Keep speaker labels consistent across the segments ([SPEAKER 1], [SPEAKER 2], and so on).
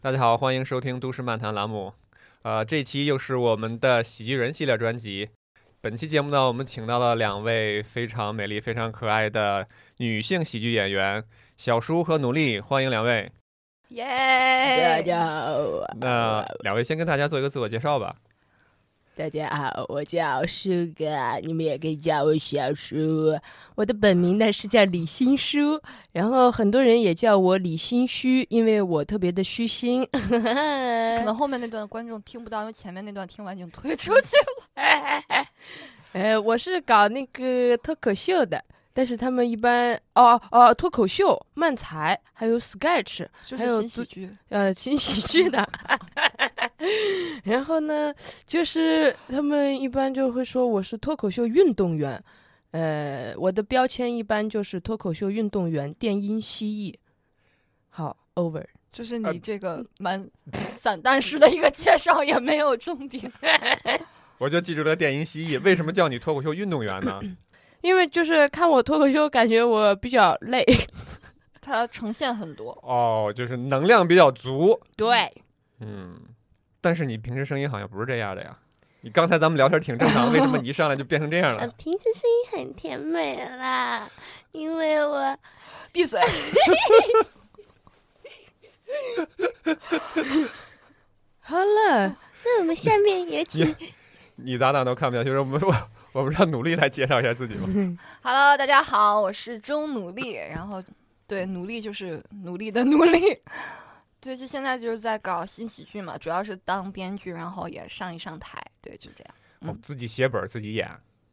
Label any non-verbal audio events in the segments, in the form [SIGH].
[SPEAKER 1] 大家好，欢迎收听《都市漫谈》栏目。呃，这期又是我们的喜剧人系列专辑。本期节目呢，我们请到了两位非常美丽、非常可爱的女性喜剧演员小舒和努力，欢迎两位。
[SPEAKER 2] 耶！哎啊
[SPEAKER 3] 大家好，
[SPEAKER 1] 那两位先跟大家做一个自我介绍吧。
[SPEAKER 3] 大家好，我叫舒哥，你们也可以叫我小舒。我的本名呢是叫李新舒，然后很多人也叫我李心虚，因为我特别的虚心。
[SPEAKER 2] 可
[SPEAKER 3] [LAUGHS]
[SPEAKER 2] 能后面那段观众听不到，因为前面那段听完已经推出去了。
[SPEAKER 3] 呃，我是搞那个脱口秀的，但是他们一般哦哦，脱口秀、漫才还有 sketch，
[SPEAKER 2] 就
[SPEAKER 3] 还
[SPEAKER 2] 是
[SPEAKER 3] 有
[SPEAKER 2] 新喜
[SPEAKER 3] 足
[SPEAKER 2] 剧，
[SPEAKER 3] 呃，新喜剧的。 [LAUGHS] 然后呢，就是他们一般就会说我是脱口秀运动员，呃，我的标签一般就是脱口秀运动员电音蜥蜴。好，over。
[SPEAKER 2] 就是
[SPEAKER 1] 呃
[SPEAKER 2] 你这个蛮散淡式的一个介绍，也没有重点。
[SPEAKER 1] 我就记住了电音蜥蜴，为什么叫你脱口秀运动员 [CLEARS THROAT] 呢？
[SPEAKER 3] 因为就是看我脱口秀，感觉我比较累。
[SPEAKER 2] [LAUGHS]
[SPEAKER 3] [LAUGHS]
[SPEAKER 2] 它呈现很多，
[SPEAKER 1] 哦，就是能量比较足。
[SPEAKER 3] 对，
[SPEAKER 1] 嗯，但是你平时声音好像不是这样的呀。你刚才咱们聊天挺正常，为什么你一上来就变成这样了？
[SPEAKER 3] 呃平时声音很甜美啦，因为我
[SPEAKER 2] 闭嘴。
[SPEAKER 3] 好了。那我们下面也
[SPEAKER 1] 请你搭档都看不下去，我们 [LAUGHS] 我我们让努力来介绍一下自己吧。
[SPEAKER 2] [LAUGHS] 嗯 Hello，大家好，我是钟努力，然后对努力就是努力的努力。对，就现在就是在搞新喜剧嘛，主要是当编剧，然后也上一上台，对，就这样。
[SPEAKER 1] 我哦自己写本儿自己演，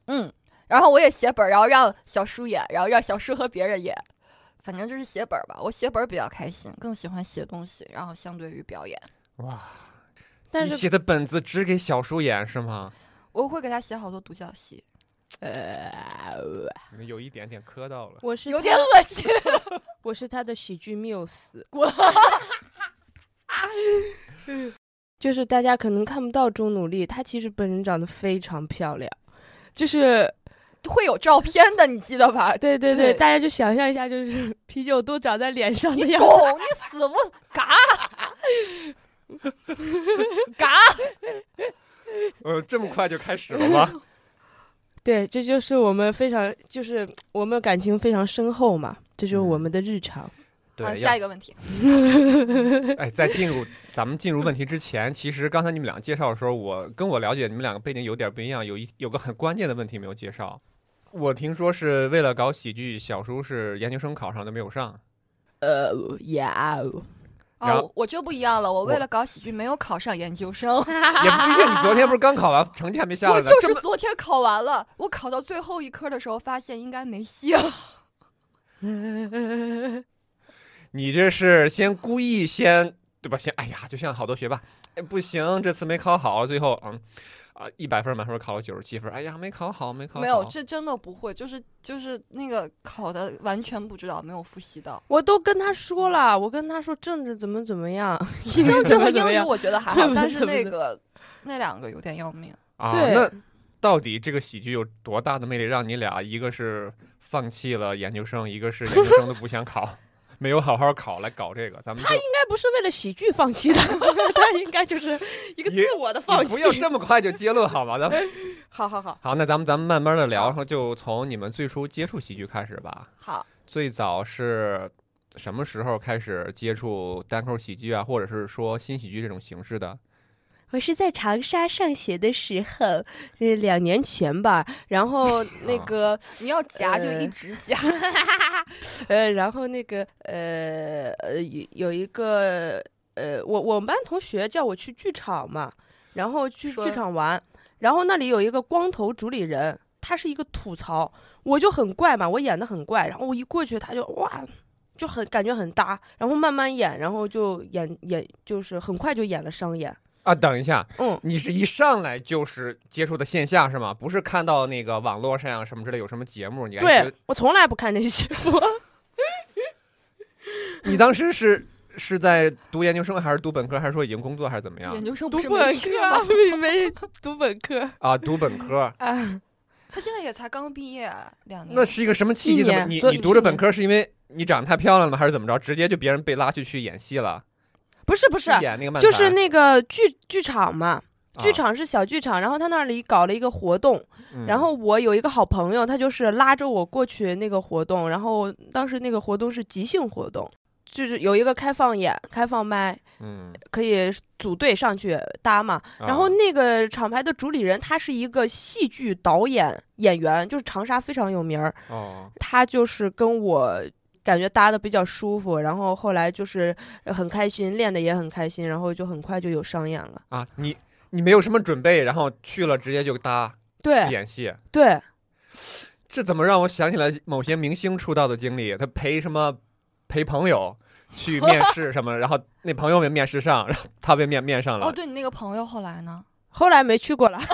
[SPEAKER 2] 嗯，然后我也写本儿，然后让小叔演，然后让小叔和别人演，反正就是写本儿吧。我写本儿比较开心，更喜欢写东西，然后相对于表演，
[SPEAKER 1] 哇！
[SPEAKER 3] 但
[SPEAKER 1] 你
[SPEAKER 3] 是
[SPEAKER 1] 写的本子只给小叔演是吗？
[SPEAKER 2] 我会给他写好多独角戏，
[SPEAKER 3] 呃，
[SPEAKER 1] 有一点点磕到了。
[SPEAKER 3] 我是
[SPEAKER 2] 有
[SPEAKER 3] 他 [LAUGHS]
[SPEAKER 2] 点恶心。 [LAUGHS]
[SPEAKER 3] 我是他的喜剧缪斯， [LAUGHS]
[SPEAKER 2] 我
[SPEAKER 3] 就是大家可能看不到钟努力，她其实本人长得非常漂亮，就是
[SPEAKER 2] 会有照片的，你记得吧？ [LAUGHS]
[SPEAKER 3] 对对
[SPEAKER 2] 对
[SPEAKER 3] 对，大家就想象一下，就是 [LAUGHS] 啤酒肚长在脸上的
[SPEAKER 2] 你
[SPEAKER 3] 样子，
[SPEAKER 2] 狗，你死不嘎嘎！
[SPEAKER 1] 呃，这么快就开始了
[SPEAKER 2] [LAUGHS]
[SPEAKER 1] 吗？
[SPEAKER 3] 对，这就是我们非常，就是我们感情非常深厚嘛，这就是我们的日常。
[SPEAKER 2] 好，
[SPEAKER 1] [LAUGHS] 对，
[SPEAKER 2] 啊下
[SPEAKER 1] 要
[SPEAKER 2] 一个问题，
[SPEAKER 1] 哎，在进入咱们进入问题之前，其实刚才你们俩介绍的时候，我跟我了解你们两个背景有点不一样，有一有个很关键的问题没有介绍。我听说是为了搞喜剧，小叔是研究生考上的没有
[SPEAKER 2] [LAUGHS]
[SPEAKER 1] 上，
[SPEAKER 3] 呃
[SPEAKER 2] Oh,
[SPEAKER 3] 呀哦，
[SPEAKER 1] 然
[SPEAKER 2] 啊，
[SPEAKER 1] 后
[SPEAKER 2] 我我就不一样了，我为
[SPEAKER 1] 我
[SPEAKER 2] 了搞喜剧没有考上研究生。
[SPEAKER 1] 也不一定。你昨天不是刚考完，成绩还没下来
[SPEAKER 2] 我
[SPEAKER 1] 呢，
[SPEAKER 2] 就
[SPEAKER 1] 这
[SPEAKER 2] 是
[SPEAKER 1] 么
[SPEAKER 2] 昨天考完了，我考到最后一科的时候，发现应该没戏了。
[SPEAKER 1] 你这是先故意先对吧？先哎呀，就像好多学霸，哎不行，这次没考好，最后嗯啊一百分满分考了九十七分，哎呀没考好，没考好，
[SPEAKER 2] 没有，这真的不会，就是就是那个考的完全不知道，没有复习到。
[SPEAKER 3] 我都跟他说了，我跟他说政治怎么怎么样，
[SPEAKER 2] [LAUGHS]
[SPEAKER 3] [LAUGHS]
[SPEAKER 2] 政治和
[SPEAKER 3] 怎
[SPEAKER 2] 英
[SPEAKER 3] 么
[SPEAKER 2] 语
[SPEAKER 3] 样
[SPEAKER 2] 我觉得还
[SPEAKER 3] [LAUGHS] 怎
[SPEAKER 2] 好，
[SPEAKER 3] 么
[SPEAKER 2] 但是
[SPEAKER 3] 怎么
[SPEAKER 2] 那
[SPEAKER 3] 的
[SPEAKER 2] 个那两个有点要命。
[SPEAKER 1] 啊
[SPEAKER 3] 对
[SPEAKER 1] 那到底这个喜剧有多大的魅力，让你俩一个是放弃了研究生，一个是研究生都不想考， [LAUGHS] 没有好好考来搞这个，咱们就
[SPEAKER 3] 应该不是为了喜剧放弃的， [LAUGHS] 他应该就是一个
[SPEAKER 1] 也
[SPEAKER 3] 自我的
[SPEAKER 1] 你
[SPEAKER 3] 放
[SPEAKER 1] 不
[SPEAKER 3] 弃。
[SPEAKER 1] 要这么快就结论好吗？咱
[SPEAKER 2] [LAUGHS]
[SPEAKER 1] 们
[SPEAKER 3] 好好好，
[SPEAKER 1] 好，那咱们咱们慢慢的聊，
[SPEAKER 2] 好
[SPEAKER 1] 然后就从你们最初接触喜剧开始吧。
[SPEAKER 2] 好，
[SPEAKER 1] 最早是什么时候开始接触单口喜剧啊，或者是说新喜剧这种形式的？
[SPEAKER 3] 我是在长沙上学的时候，呃，两年前吧。然后
[SPEAKER 1] 啊
[SPEAKER 3] 那个，
[SPEAKER 2] 你要夹就一
[SPEAKER 3] 呃
[SPEAKER 2] 直夹。
[SPEAKER 3] [LAUGHS] 呃，然后那个，呃，呃，有有一个，呃，我我们班同学叫我去剧场嘛，然后去
[SPEAKER 2] 说
[SPEAKER 3] 剧场玩，然后那里有一个光头主理人，他是一个吐槽，我就很怪嘛，我演的很怪，然后我一过去他就哇。就很感觉很搭，然后慢慢演，然后就演演，就是很快就演了商演。
[SPEAKER 1] 啊，等一下，
[SPEAKER 3] 嗯，
[SPEAKER 1] 你是一上来就是接触的线下是吗？不是看到那个网络上什么之类有什么节目？你还觉
[SPEAKER 3] 对
[SPEAKER 1] 得
[SPEAKER 3] 我从来不看那些， [LAUGHS] 我
[SPEAKER 1] 你当时是是在读研究生，还是读本科，还是说已经工作，还是怎么样
[SPEAKER 2] 研究生
[SPEAKER 3] 读
[SPEAKER 2] 不是没
[SPEAKER 3] 本
[SPEAKER 2] 去
[SPEAKER 3] 科
[SPEAKER 2] 吗？，
[SPEAKER 3] 没没读本科
[SPEAKER 1] 啊？读本科，
[SPEAKER 3] 啊，
[SPEAKER 2] 他现在也才刚毕业两年。
[SPEAKER 1] 那是一个什么契机？
[SPEAKER 3] 嗯一
[SPEAKER 1] 怎么
[SPEAKER 3] 年
[SPEAKER 1] 你
[SPEAKER 3] 昨
[SPEAKER 1] 你读这
[SPEAKER 3] 去年
[SPEAKER 1] 本科是因为你长得太漂亮了吗？还是怎么着？直接就别人被拉去去演戏了？
[SPEAKER 3] 不是不是，
[SPEAKER 1] 演那个漫
[SPEAKER 3] 就
[SPEAKER 1] 才
[SPEAKER 3] 是那个剧剧场嘛，剧
[SPEAKER 1] 啊
[SPEAKER 3] 场是小剧场，然后他那里搞了一个活动，
[SPEAKER 1] 嗯
[SPEAKER 3] 然后我有一个好朋友，他就是拉着我过去那个活动，然后当时那个活动是即兴活动，就是有一个开放演、开放麦，
[SPEAKER 1] 嗯，
[SPEAKER 3] 可以组队上去搭嘛。然
[SPEAKER 1] 啊
[SPEAKER 3] 后那个厂牌的主理人，他是一个戏剧导演、演员，就是长沙非常有名儿，
[SPEAKER 1] 哦，
[SPEAKER 3] 他就是跟我。感觉搭的比较舒服，然后后来就是呃很开心，练的也很开心，然后就很快就有上演了。
[SPEAKER 1] 啊，你你没有什么准备，然后去了直接就搭
[SPEAKER 3] 对
[SPEAKER 1] 演戏，
[SPEAKER 3] 对，
[SPEAKER 1] 这怎么让我想起来某些明星出道的经历？他陪什么陪朋友去
[SPEAKER 3] [LAUGHS]
[SPEAKER 1] 面试什么，然后那朋友没面试上，然后他被面面上了。
[SPEAKER 2] 哦，对你那个朋友后来呢？
[SPEAKER 3] 后来没去过了。 [LAUGHS]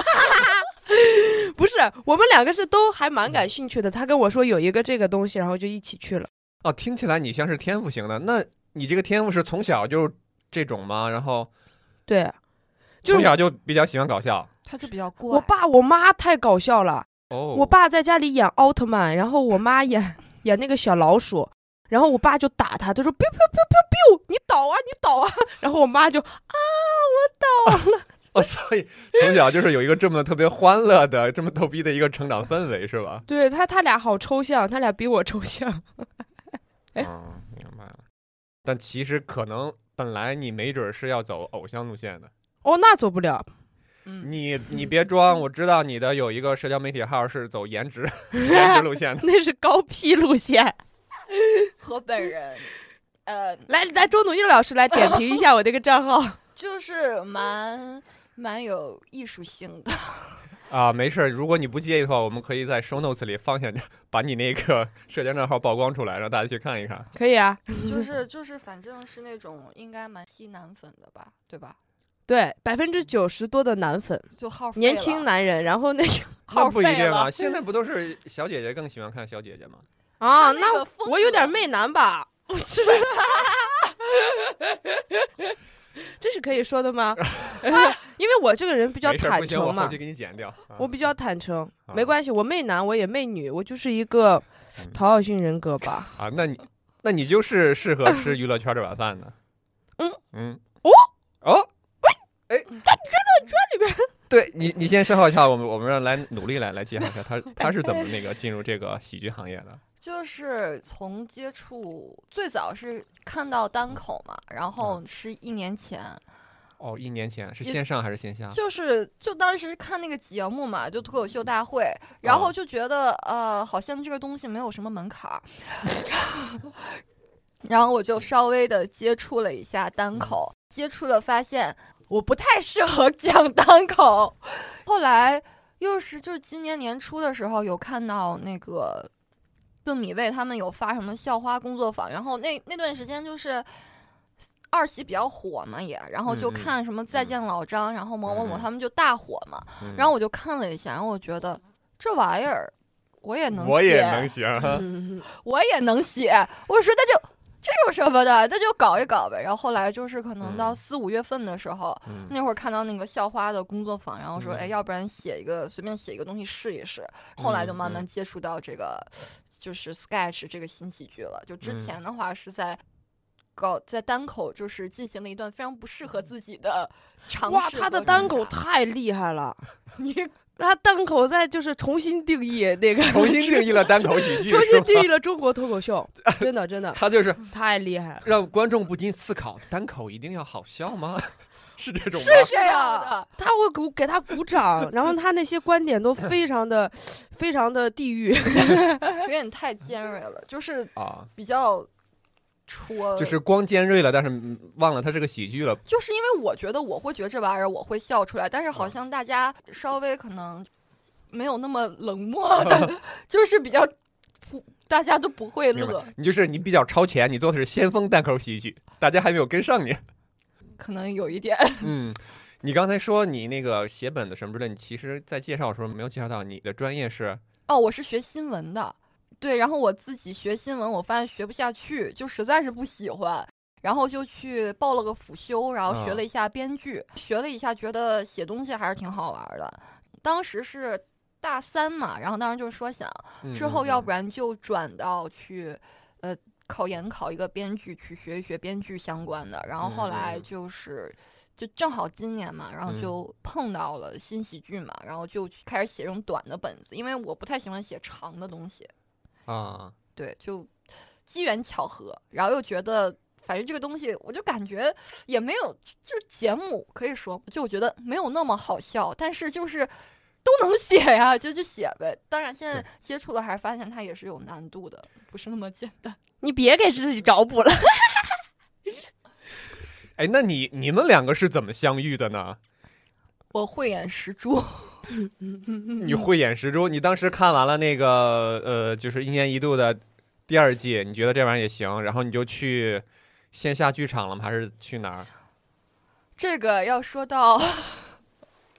[SPEAKER 3] 不是，我们两个是都还蛮感兴趣的。他跟我说有一个这个东西，然后就一起去了。
[SPEAKER 1] 哦，听起来你像是天赋型的，那你这个天赋是从小就这种吗？然后
[SPEAKER 3] 对，就
[SPEAKER 1] 从
[SPEAKER 3] 是
[SPEAKER 1] 小就比较喜欢搞笑。
[SPEAKER 2] 他就比较怪
[SPEAKER 3] 我，爸我妈太搞笑了。
[SPEAKER 1] 哦，
[SPEAKER 3] 我爸在家里演奥特曼，然后我妈演演那个小老鼠，然后我爸就打他，他说 biu biu biu biu biu，你倒啊你倒啊， [LAUGHS] 然后我妈就啊我倒了。啊
[SPEAKER 1] 哦，所以从小就是有一个这么特别欢乐的、这么逗逼的一个成长氛围，是吧？
[SPEAKER 3] 对他他俩好抽象，他俩比我抽象。哎
[SPEAKER 1] 嗯，明白了。但其实可能本来你没准儿是要走偶像路线的，
[SPEAKER 3] 哦，那走不了，
[SPEAKER 2] 嗯，
[SPEAKER 1] 你你别
[SPEAKER 3] 嗯
[SPEAKER 1] 装，我知道你的有一个社交媒体号是走颜
[SPEAKER 3] [LAUGHS]
[SPEAKER 1] 值颜值路线的。
[SPEAKER 3] 那是高 P 路线。
[SPEAKER 2] 和本
[SPEAKER 3] [LAUGHS]
[SPEAKER 2] 人，呃，
[SPEAKER 3] 来来，周努力老师来点评一下我这个账号。 [LAUGHS]
[SPEAKER 2] 就是蛮蛮有艺术性的。
[SPEAKER 1] 啊，没事儿，如果你不介意的话，我们可以在 show notes 里放下，把你那个 [LAUGHS] 社交账号曝光出来，让大家去看一看。
[SPEAKER 3] 可以啊， [LAUGHS]
[SPEAKER 2] 就是就是，反正是那种应该蛮吸男粉的吧，对吧？
[SPEAKER 3] 对，百分之九十多的男粉，
[SPEAKER 2] 就号废
[SPEAKER 3] 年
[SPEAKER 2] 了
[SPEAKER 3] 轻男人，然后那个
[SPEAKER 1] 那
[SPEAKER 2] 号
[SPEAKER 1] 不一
[SPEAKER 2] 废
[SPEAKER 1] 定啊，
[SPEAKER 2] 了
[SPEAKER 1] 现在不都是小姐姐更喜欢看小姐姐吗？
[SPEAKER 3] 啊，
[SPEAKER 2] 那
[SPEAKER 3] 那
[SPEAKER 2] 个风
[SPEAKER 3] 我有点
[SPEAKER 2] 格
[SPEAKER 3] 媚
[SPEAKER 2] [LAUGHS]
[SPEAKER 3] 男吧，我这这是可以说
[SPEAKER 1] [LAUGHS]
[SPEAKER 3] 的吗？因为我这个人比
[SPEAKER 1] 比
[SPEAKER 3] 较
[SPEAKER 1] 不
[SPEAKER 3] 坦
[SPEAKER 1] 行，我
[SPEAKER 3] 诚
[SPEAKER 1] 后
[SPEAKER 3] 嘛
[SPEAKER 1] 期，给你剪掉。啊
[SPEAKER 3] 我比较坦诚，
[SPEAKER 1] 啊
[SPEAKER 3] 没关系，我媚男我也媚女，我就是一个
[SPEAKER 1] 嗯
[SPEAKER 3] 讨好型人格吧。
[SPEAKER 1] 啊，那你那你就是适合吃娱乐圈这碗饭的。
[SPEAKER 3] 嗯
[SPEAKER 1] 嗯
[SPEAKER 3] 哦
[SPEAKER 1] 哦喂哎，在娱乐圈里
[SPEAKER 3] 边。
[SPEAKER 1] 对你，你先消化一下，我们我们让来努力来来介绍一下他他是怎么那个进入这个喜剧行业的。
[SPEAKER 2] 就是从接触最早是看到单口嘛，然后是一年前，
[SPEAKER 1] 哦，一年前是
[SPEAKER 2] 也
[SPEAKER 1] 线上还是线下？
[SPEAKER 2] 就是就当时看那个节目嘛，就脱口秀大会，然后就觉得、呃，好像这个东西没有什么门槛儿， [LAUGHS] 然后我就稍微的接触了一下单口，接触了发现 [LAUGHS] 我不太适合讲
[SPEAKER 1] [LAUGHS]
[SPEAKER 2] 单口，后来又是就是今年年初的时候有看到那个。炖米味他们有发什么校花工作坊，然后那那段时间就是二喜比较火嘛也，然后就
[SPEAKER 1] 嗯嗯
[SPEAKER 2] 看什么再见老张，然后某某某
[SPEAKER 1] 嗯
[SPEAKER 2] 他们就大火嘛，
[SPEAKER 1] 嗯
[SPEAKER 2] 然后我就看了一下，然后我觉得这玩意儿我也能写，
[SPEAKER 1] 我也能，啊行，
[SPEAKER 3] 嗯
[SPEAKER 2] 我也能写。我说那就这有什么的，那就搞一搞呗。然后后来就是可能到
[SPEAKER 1] 嗯
[SPEAKER 2] 四五月份的时候，
[SPEAKER 1] 嗯
[SPEAKER 2] 那会儿看到那个校花的工作坊，然后说，
[SPEAKER 1] 嗯
[SPEAKER 2] 哎，要不然写一个随便写一个东西试一试。后来就慢慢
[SPEAKER 1] 嗯
[SPEAKER 2] 接触到这个，就是 sketch 这个新喜剧了。就之
[SPEAKER 1] 嗯
[SPEAKER 2] 前的话是在。搞在单口就是进行了一段非常不适合自己的尝试。
[SPEAKER 3] 哇，他的单口，太厉害了，你他单口在就是重新定义那个，
[SPEAKER 1] 重新定义了单口喜剧，
[SPEAKER 3] [LAUGHS] 重
[SPEAKER 1] 是
[SPEAKER 3] 新
[SPEAKER 1] 吧
[SPEAKER 3] 定义了中国脱口秀， [LAUGHS] 真的
[SPEAKER 1] [LAUGHS]
[SPEAKER 3] 真的
[SPEAKER 1] 他就是
[SPEAKER 3] 太厉害了。
[SPEAKER 1] 让观众不禁思考：单口一定要好笑吗？ [LAUGHS] 是这种吗？
[SPEAKER 2] 是这样的，
[SPEAKER 3] 他会给我给他鼓掌，然后他那些观点都非常的、非常的地狱。
[SPEAKER 2] 有点太尖锐了，就是
[SPEAKER 1] 啊，
[SPEAKER 2] 比较戳，
[SPEAKER 1] 就是光尖锐了，但是嗯忘了它是个喜剧了。
[SPEAKER 2] 就是因为我觉得我会觉得这玩意儿我会笑出来，但是好
[SPEAKER 1] 嗯
[SPEAKER 2] 像大家稍微可能没有那么冷
[SPEAKER 1] [LAUGHS]
[SPEAKER 2] 漠的，就是比较不大家都不会
[SPEAKER 1] 明白
[SPEAKER 2] 乐，
[SPEAKER 1] 你就是你比较超前，你做的是先锋单口喜剧，大家还没有跟上
[SPEAKER 2] [LAUGHS]
[SPEAKER 1] 你。
[SPEAKER 2] 可能有一点
[SPEAKER 1] 嗯，你刚才说你那个写本子什么之类，你其实在介绍的时候没有介绍到你的专业是
[SPEAKER 2] 哦，我是学新闻的，对，然后我自己学新闻，我发现学不下去，就实在是不喜欢。然后就去报了个辅修，然后学
[SPEAKER 1] 嗯
[SPEAKER 2] 了一下编剧，学了一下，觉得写东西还是挺好玩儿的。当时是
[SPEAKER 1] 嗯
[SPEAKER 2] 大三嘛，然后当时就说想之后要不
[SPEAKER 1] 然
[SPEAKER 2] 然就转到去呃考研考一个编剧，去学一学编剧相关的。然后后来
[SPEAKER 1] 嗯
[SPEAKER 2] 就是，就正好今年嘛，然后
[SPEAKER 1] 嗯
[SPEAKER 2] 就碰到了新喜剧嘛，然后就去开始写这种短的本子，因为我不太喜欢写长的东西。
[SPEAKER 1] 啊，
[SPEAKER 2] 对，就机缘巧合，然后又觉得。反正这个东西，我就感觉也没有，就是节目可以说，就我觉得没有那么好笑，但是就是都能写呀，就就写呗。当然，现在
[SPEAKER 1] 对
[SPEAKER 2] 接触了，还是发现它也是有难度的，不是那么简单。
[SPEAKER 3] [LAUGHS] 你别给自己找补了。
[SPEAKER 1] 哎，那你你们两个是怎么相遇的呢？
[SPEAKER 2] 我慧眼识珠，
[SPEAKER 1] 你慧眼识珠，你当时看完了那个呃，就是一年一度的第二季，你觉得这玩意儿也行，然后你就去线下剧场了吗？还是去哪儿？
[SPEAKER 2] 这个要说 [LAUGHS] 到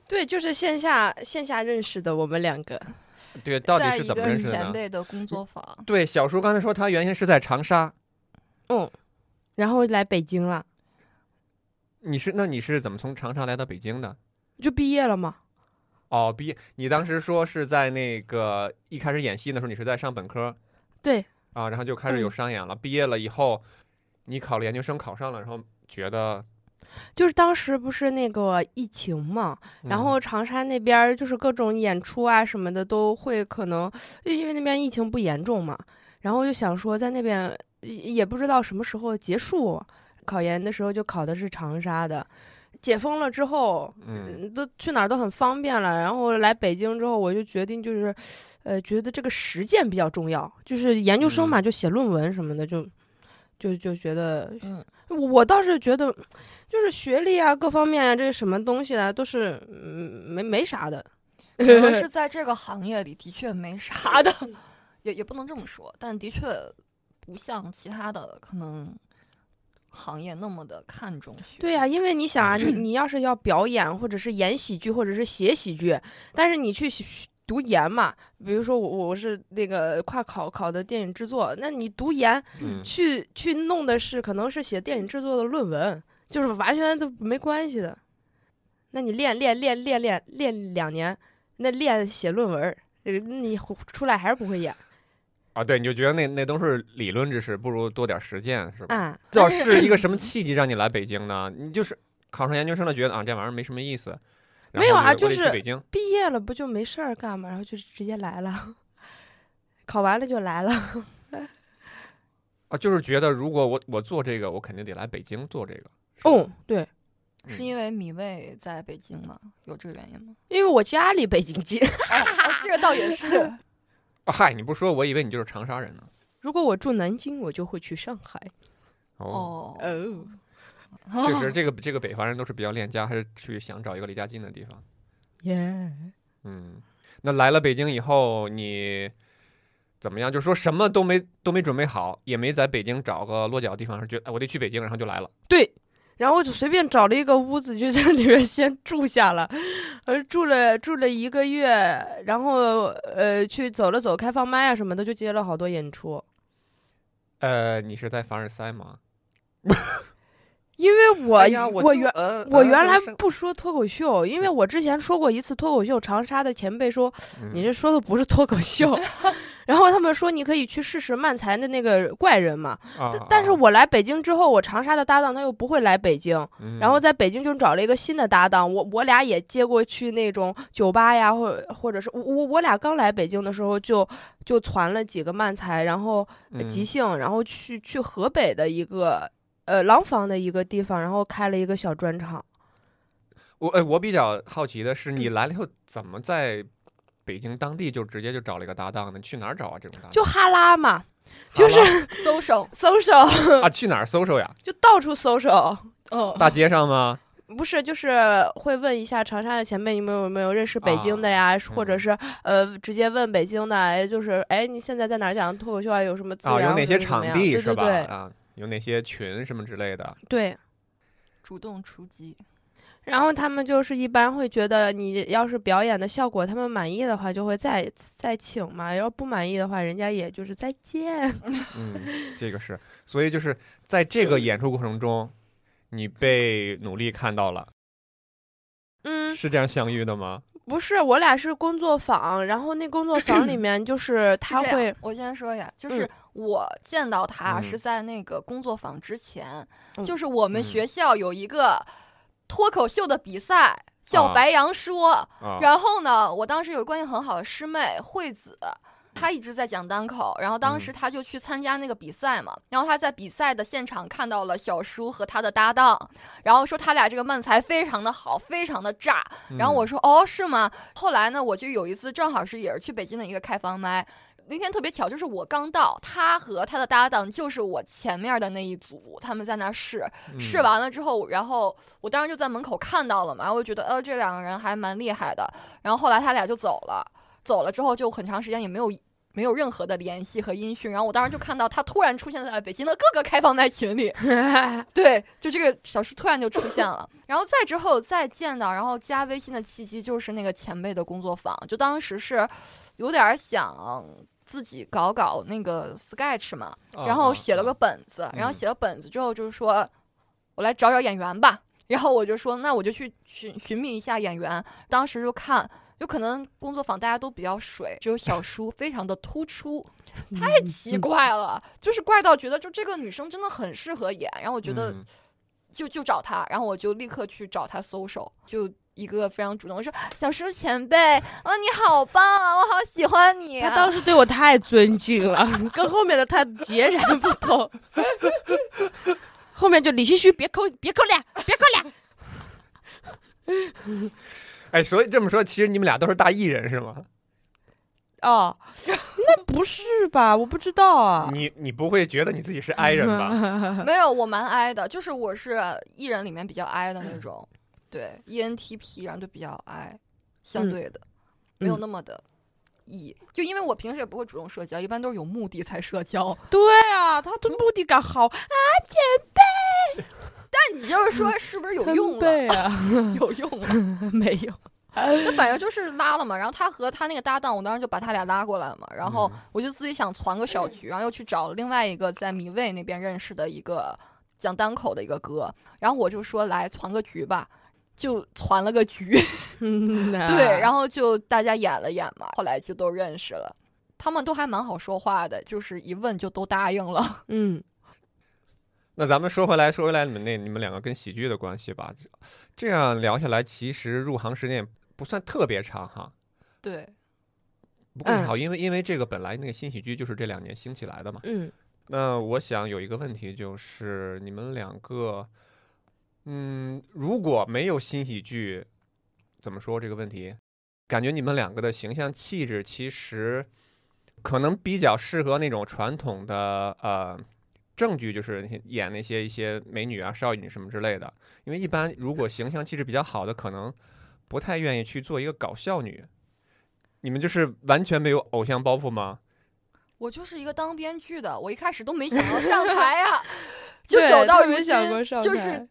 [SPEAKER 3] 对，就是线下线下认识的我们两个，
[SPEAKER 1] 对，到底
[SPEAKER 2] 在
[SPEAKER 1] 是
[SPEAKER 2] 一
[SPEAKER 1] 怎么
[SPEAKER 2] 个
[SPEAKER 1] 认识
[SPEAKER 2] 前
[SPEAKER 1] 的呢？
[SPEAKER 2] 辈的工作坊，
[SPEAKER 1] 对，小叔刚才说他原先是在长沙，
[SPEAKER 3] 嗯，然后来北京了，
[SPEAKER 1] 你是那你是怎么从长沙来到北京的？
[SPEAKER 3] 就毕业了嘛。
[SPEAKER 1] 哦，毕业，你当时说是在那个一开始演戏的时候，你是在上本科
[SPEAKER 3] 对，
[SPEAKER 1] 啊，然后就开始有
[SPEAKER 3] 嗯
[SPEAKER 1] 商演了。毕业了以后，你考了研究生，考上了，然后觉得，
[SPEAKER 3] 就是当时不是那个疫情嘛，
[SPEAKER 1] 嗯
[SPEAKER 3] 然后长沙那边儿就是各种演出啊什么的都会可能，就因为那边疫情不严重嘛，然后就想说在那边也也不知道什么时候结束，考研的时候就考的是长沙的，解封了之后，
[SPEAKER 1] 嗯
[SPEAKER 3] 嗯，都去哪儿都很方便了。然后来北京之后，我就决定就是，呃，觉得这个实践比较重要，就是研究生嘛，就写论文什么的，就就就觉得，
[SPEAKER 2] 嗯，
[SPEAKER 3] 我我倒是觉得，就是学历啊，各方面啊，这什么东西啊，都是嗯没没啥的。
[SPEAKER 2] 可能 [LAUGHS]
[SPEAKER 3] [LAUGHS]
[SPEAKER 2] 是在这个行业里的确没啥的，
[SPEAKER 3] 嗯
[SPEAKER 2] 也也不能这么说，但的确不像其他的可能行业那么的看重学。
[SPEAKER 3] 对呀、因为你想啊，你你要是要表演，或者是演喜剧，或者是写喜剧，但是你去喜读研嘛，比如说我我是那个跨考考的电影制作，那你读研
[SPEAKER 1] 嗯
[SPEAKER 3] 去去弄的是可能是写电影制作的论文，就是完全都没关系的。那你练练练练练练两年，那练写论文儿，呃你回出来还是不会演
[SPEAKER 1] 啊，对，你就觉得那那都是理论知识，不如多点实践，是吧？
[SPEAKER 3] 啊？
[SPEAKER 1] 这
[SPEAKER 2] 但
[SPEAKER 1] 是一个什么契机让你来北京呢？你就是考上研究生了，觉得啊这玩意儿没什么意思，然
[SPEAKER 3] 没有
[SPEAKER 1] 后
[SPEAKER 3] 啊
[SPEAKER 1] 就
[SPEAKER 3] 就
[SPEAKER 1] 我得去
[SPEAKER 3] 是
[SPEAKER 1] 北京
[SPEAKER 3] 毕业了不就没事儿干嘛，然后就直接来了，考完了就来了。
[SPEAKER 1] 啊，就是觉得如果我我做这个，我肯定得来北京做这个。是吧
[SPEAKER 3] 哦，对，
[SPEAKER 2] 是
[SPEAKER 1] 嗯
[SPEAKER 2] 因为米未在北京吗？有这个原因
[SPEAKER 3] [LAUGHS]
[SPEAKER 2] 吗？
[SPEAKER 3] 因为我家离北京近， [LAUGHS]
[SPEAKER 2] 哦这个倒也是，
[SPEAKER 1] 啊嗨，你不说，我以为你就是长沙人呢。
[SPEAKER 3] 如果我住南京，我就会去上海。
[SPEAKER 1] 哦，
[SPEAKER 2] 哦， [LAUGHS]
[SPEAKER 3] 哦，
[SPEAKER 1] 确
[SPEAKER 3] [LAUGHS]
[SPEAKER 1] 实，这个这个北方人都是比较恋家，还是去想找一个离家近的地方。
[SPEAKER 3] 耶！
[SPEAKER 1] 嗯，那来了北京以后，你怎么样？就是说什么都没都没准备好，也没在北京找个落脚地方，是觉得哎我得去北京，然后就来了。
[SPEAKER 3] 对，然后我就随便找了一个屋子，就在里面先住下了，呃，住了住了一个月，然后呃去走了走开放麦啊什么的，就接了好多演出。
[SPEAKER 1] 呃，你是在凡尔赛吗？
[SPEAKER 3] 因为我、
[SPEAKER 1] 哎呀，就
[SPEAKER 3] 原。
[SPEAKER 1] 呃
[SPEAKER 3] 我
[SPEAKER 1] 呃
[SPEAKER 3] 原
[SPEAKER 1] 就
[SPEAKER 3] 来
[SPEAKER 1] 是
[SPEAKER 3] 不说脱口秀，因为我之前说过一次脱口秀，长沙的前辈说你
[SPEAKER 1] 嗯嗯
[SPEAKER 3] 这说的不是脱
[SPEAKER 1] [LAUGHS]
[SPEAKER 3] 口秀，然后他们说你可以去试试漫才的那个怪人嘛。
[SPEAKER 1] 啊
[SPEAKER 3] 但
[SPEAKER 1] 啊
[SPEAKER 3] 但是
[SPEAKER 1] 啊
[SPEAKER 3] 我来北京之后，我长沙的搭档他又不会来北京，
[SPEAKER 1] 嗯
[SPEAKER 3] 然后在北京就找了一个新的搭档，我我俩也接过去那种酒吧呀，或者或者是我我我俩刚来北京的时候就就传了几个漫才，然后呃
[SPEAKER 1] 嗯
[SPEAKER 3] 即兴，然后去去河北的一个呃廊坊的一个地方，然后开了一个小专场。
[SPEAKER 1] 我哎，我比较好奇的是，
[SPEAKER 3] 嗯
[SPEAKER 1] 你来了以后怎么在北京当地就直接就找了一个搭档呢？去哪儿找啊？这种搭档
[SPEAKER 3] 就哈拉嘛
[SPEAKER 1] 好
[SPEAKER 3] 就是
[SPEAKER 1] 了
[SPEAKER 2] social，
[SPEAKER 3] ，social
[SPEAKER 2] [LAUGHS]
[SPEAKER 1] 啊，去哪儿搜搜呀？
[SPEAKER 3] [LAUGHS] 就到处 social，
[SPEAKER 2] 嗯，
[SPEAKER 1] 大街上
[SPEAKER 2] [LAUGHS]
[SPEAKER 1] 吗？
[SPEAKER 3] 不是就是会问一下长沙的前辈，你们有没有认识北京的呀？或者
[SPEAKER 1] 嗯
[SPEAKER 3] 是呃直接问北京的，哎就是哎你现在在哪儿讲脱口秀啊？有什么资源
[SPEAKER 1] 啊，
[SPEAKER 3] 或者
[SPEAKER 1] 有
[SPEAKER 3] 怎么
[SPEAKER 1] 哪些
[SPEAKER 3] 样？
[SPEAKER 1] 场地
[SPEAKER 3] 对
[SPEAKER 1] 是吧？
[SPEAKER 3] 对对
[SPEAKER 1] 啊，有哪些群什么之类
[SPEAKER 2] [LAUGHS]
[SPEAKER 1] 的？
[SPEAKER 3] 对，
[SPEAKER 2] 主动出击，
[SPEAKER 3] 然后他们就是一般会觉得你要是表演的效果他们满意的话，就会再再请嘛；要不满意的话，人家也就是再见。 [LAUGHS]
[SPEAKER 1] 嗯，这个是，所以就是在这个演出过程中，你被努力看到了，
[SPEAKER 3] 嗯，
[SPEAKER 2] 嗯
[SPEAKER 1] 是这样相遇的吗？
[SPEAKER 3] 不是，我俩是工作坊，然后那工作坊里面就是
[SPEAKER 2] 是
[SPEAKER 3] 他
[SPEAKER 2] 这样
[SPEAKER 3] 会，
[SPEAKER 2] 我先说一下，就是
[SPEAKER 3] 嗯
[SPEAKER 2] 我见到他
[SPEAKER 1] 嗯
[SPEAKER 2] 是在那个工作坊之前，
[SPEAKER 3] 嗯
[SPEAKER 2] 就是我们
[SPEAKER 1] 嗯
[SPEAKER 2] 学校有一个脱口秀的比赛。叫
[SPEAKER 1] 啊
[SPEAKER 2] 白羊说，
[SPEAKER 1] 啊，
[SPEAKER 2] 然后呢，我当时有关系很好的师妹惠子，她一直在讲单口，然后当
[SPEAKER 1] 嗯
[SPEAKER 2] 时她就去参加那个比赛嘛，然后她在比赛的现场看到了小叔和他的搭档，然后说他俩这个漫才非常的好，非常的炸，
[SPEAKER 1] 嗯
[SPEAKER 2] 然后我说哦是吗？后来呢，我就有一次正好是也是去北京的一个开放麦，那天特别巧，就是我刚到，他和他的搭档就是我前面的那一组，他们在那试，
[SPEAKER 1] 嗯
[SPEAKER 2] 试，完了之后，然后我当时就在门口看到了嘛，我就觉得呃这两个人还蛮厉害的。然后后来他俩就走了，走了之后就很长时间也没有没有任何的联系和音讯。然后我当时就看到他突然出现在北京的各个开放麦群里，对，就这个小叔突然就出现了。然后再之后再见到，然后加微信的契机就是那个前辈的工作坊，就当时是有点儿想自己搞搞那个 Sketch 嘛，
[SPEAKER 1] 嗯
[SPEAKER 2] 然后写了个，本子，然
[SPEAKER 1] 嗯
[SPEAKER 2] 后写了本子之后就是说，我来找找演员吧。然后我就说，那我就去寻寻觅一下演员。当时就看，有可能工作坊大家都比较水，只有
[SPEAKER 1] [LAUGHS]
[SPEAKER 2] 小叔非常的突出，
[SPEAKER 1] 嗯
[SPEAKER 2] 太奇怪了，就是怪到觉得就这个女生真的很适合演。然后我觉得
[SPEAKER 1] 嗯
[SPEAKER 2] 就就找他，然后我就立刻去找他搜手，就一个非常主动，我说小叔前辈，啊你好棒啊，我好喜欢你、啊。
[SPEAKER 3] 他当时对我太尊敬了， [LAUGHS] 跟后面的他截然不同。 [LAUGHS] 后面就李希旭，别抠，别抠脸，别抠脸。
[SPEAKER 1] 哎，所以这么说，其实你们俩都是大艺人是吗？
[SPEAKER 3] 哦， [LAUGHS] 那不是吧？我不知道啊。
[SPEAKER 1] 你你不会觉得你自己是 i 人
[SPEAKER 2] [LAUGHS]
[SPEAKER 1] 吧？
[SPEAKER 2] 没有，我蛮 I 的，就是我是艺人里面比较 I 的 [CLEARS THROAT] 那种，对，ENTP，然后就，E 比较 I，相
[SPEAKER 3] 嗯
[SPEAKER 2] 对的、没有
[SPEAKER 3] 嗯
[SPEAKER 2] 那么的 E，就因为我平时也不会主动社交，一般都是有目的才社交。
[SPEAKER 3] [LAUGHS] 对啊，他的目的感好
[SPEAKER 2] 但你就是 [LAUGHS] 说是不是有
[SPEAKER 3] 参
[SPEAKER 2] 用 [LAUGHS] 了？
[SPEAKER 3] 倍啊，
[SPEAKER 2] 有用了，
[SPEAKER 3] [LAUGHS] 没有。
[SPEAKER 2] 那反正就是拉了嘛。然后他和他那个搭档，我当时就把他俩拉过来了嘛。然后我就自己想攒个小局，然后又去找了另外一个在米未那边认识的一个讲单口的一个哥，然后我就说来攒个局吧，就攒了个局。
[SPEAKER 3] 嗯 [LAUGHS] 呐，
[SPEAKER 2] 对，然
[SPEAKER 3] 后
[SPEAKER 2] 后就大家演了演嘛，后来就都认识了。他们都还蛮好说话的，就是一问就都答应了。 [LAUGHS]
[SPEAKER 3] 嗯，
[SPEAKER 1] 那咱们说回来，说回来，你们那你们两个跟喜剧的关系吧，这这样聊下来，其实入行时间也不算特别长哈。
[SPEAKER 2] 对，
[SPEAKER 1] 不过还
[SPEAKER 3] 嗯
[SPEAKER 1] 好，因为因为这个本来那个新喜剧就是这两年兴起来的嘛。
[SPEAKER 3] 嗯，
[SPEAKER 1] 那我想有一个问题就是，你们两个，嗯，如果没有新喜剧，怎么说这个问题？感觉你们两个的形象气质其实可能比较适合那种传统的呃正剧，就是那些演那些一些美女啊、少女什么之类的。因为一般如果形象气质比较好的，可能不太愿意去做一个搞笑女。你们就是完全没有偶像包袱吗？
[SPEAKER 2] 我就是一个当编剧的，我一开始都没想到上台
[SPEAKER 3] [LAUGHS]
[SPEAKER 2] 呀、就
[SPEAKER 3] 对
[SPEAKER 2] 走到
[SPEAKER 3] 他
[SPEAKER 2] 如
[SPEAKER 3] 没
[SPEAKER 2] 今
[SPEAKER 3] 想过，上
[SPEAKER 2] 就是
[SPEAKER 3] 台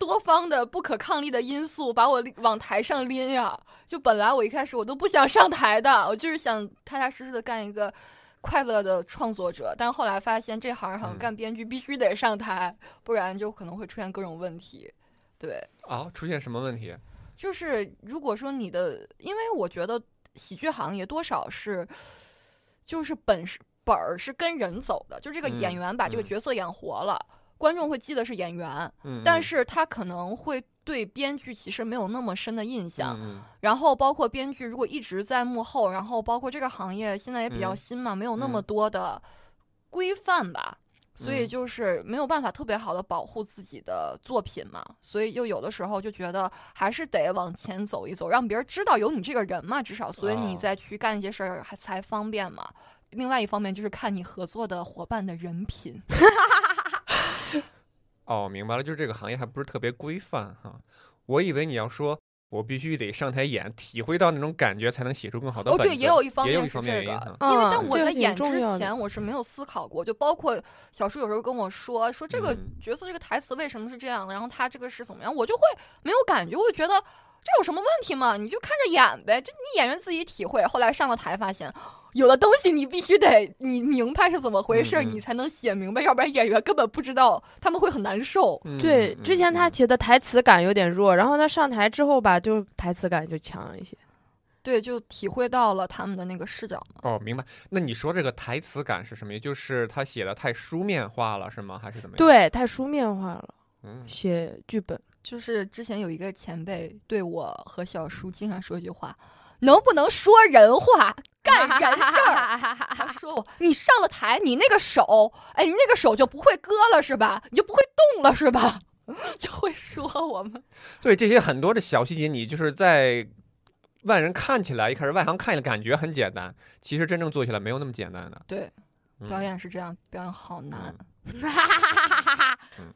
[SPEAKER 2] 多方的不可抗力的因素把我拎往台上拎呀、就本来我一开始我都不想上台的，我就是想踏踏实实的干一个快乐的创作者。但后来发现这行好像
[SPEAKER 1] 嗯
[SPEAKER 2] 干编剧必须得上台，不然就可能会出现各种问题。对，
[SPEAKER 1] 啊、出现什么问题？
[SPEAKER 2] 就是如果说你的，因为我觉得喜剧行业多少是，就是本是本儿是跟人走的，就这个
[SPEAKER 1] 嗯
[SPEAKER 2] 演员把这个
[SPEAKER 1] 嗯
[SPEAKER 2] 角色演活了，观众会记得是演员，
[SPEAKER 1] 嗯，
[SPEAKER 2] 但
[SPEAKER 1] 嗯
[SPEAKER 2] 是他可能会对编剧其实没有那么深的印象。
[SPEAKER 1] 嗯
[SPEAKER 2] 然后包括编剧，如果一直在幕后，然后包括这个行业现在也比较
[SPEAKER 1] 嗯
[SPEAKER 2] 新嘛，没有那
[SPEAKER 1] 嗯
[SPEAKER 2] 么多的规范吧，所以
[SPEAKER 1] 嗯
[SPEAKER 2] 就是没有办法特别好的保护自己的作品嘛，所以又有的时候就觉得还是得往前走一走，让别人知道有你这个人嘛，至少，所以你
[SPEAKER 1] 哦
[SPEAKER 2] 再去干一些事儿还才方便嘛。另外一方面就是看你合作的伙伴的人品，
[SPEAKER 1] 哦，明白了，就是这个行业还不是特别规范哈。我以为你要说，我必须得上台演，体会到那种感觉，才能写出更好的
[SPEAKER 2] 哦，
[SPEAKER 1] 本子。
[SPEAKER 2] 对，也有一方
[SPEAKER 1] 也有
[SPEAKER 2] 面
[SPEAKER 1] 一
[SPEAKER 2] 是
[SPEAKER 1] 方
[SPEAKER 2] 这
[SPEAKER 1] 面
[SPEAKER 2] 个
[SPEAKER 1] 原因哈，
[SPEAKER 2] 因为
[SPEAKER 3] 啊
[SPEAKER 2] 但我
[SPEAKER 3] 这
[SPEAKER 2] 在
[SPEAKER 3] 挺
[SPEAKER 2] 演
[SPEAKER 3] 重
[SPEAKER 2] 之
[SPEAKER 3] 要的
[SPEAKER 2] 前，我是没有思考过，就包括小叔有时候跟我说哎说这个
[SPEAKER 1] 嗯
[SPEAKER 2] 角色这个台词为什么是这样，然后他这个是怎么样，我就会没有感觉，我会觉得这有什么问题吗？你就看着演呗，这你演员自己体会。后来上了台发现。有的东西你必须得你明白是怎么回事
[SPEAKER 1] 嗯
[SPEAKER 2] 儿，
[SPEAKER 1] 嗯
[SPEAKER 2] 你才能写明白，要不然演员根本不知道，他们会很难受。
[SPEAKER 1] 嗯
[SPEAKER 3] 对
[SPEAKER 1] 嗯，
[SPEAKER 3] 之前他
[SPEAKER 1] 嗯
[SPEAKER 3] 写的台词感有点弱，然后他上台之后吧，就台词感就强一些。
[SPEAKER 2] 对，就体会到了他们的那个视角嘛。
[SPEAKER 1] 哦，明白。那你说这个台词感是什么？也就是他写的太书面化了，是吗？还是怎么样？，
[SPEAKER 3] 对，太书面化了，
[SPEAKER 1] 嗯，
[SPEAKER 3] 写剧本。
[SPEAKER 2] 就是之前有一个前辈对我和小叔经常说一句话：“能不能说人话，干人事儿？” [LAUGHS] 他
[SPEAKER 3] 儿。
[SPEAKER 2] 说我，你上了台，你那个手，哎，你那个手就不会割了是吧？你就不会动了是吧？ [LAUGHS] 就会说我们，
[SPEAKER 1] 对这些很多的小细节，你就是在外人看起来，一开始外行看起来感觉很简单，其实真正做起来没有那么简单的。
[SPEAKER 2] [LAUGHS] 对，
[SPEAKER 1] 嗯
[SPEAKER 2] 表演是这样，表演
[SPEAKER 1] [LAUGHS]
[SPEAKER 2] 好难。
[SPEAKER 1] 嗯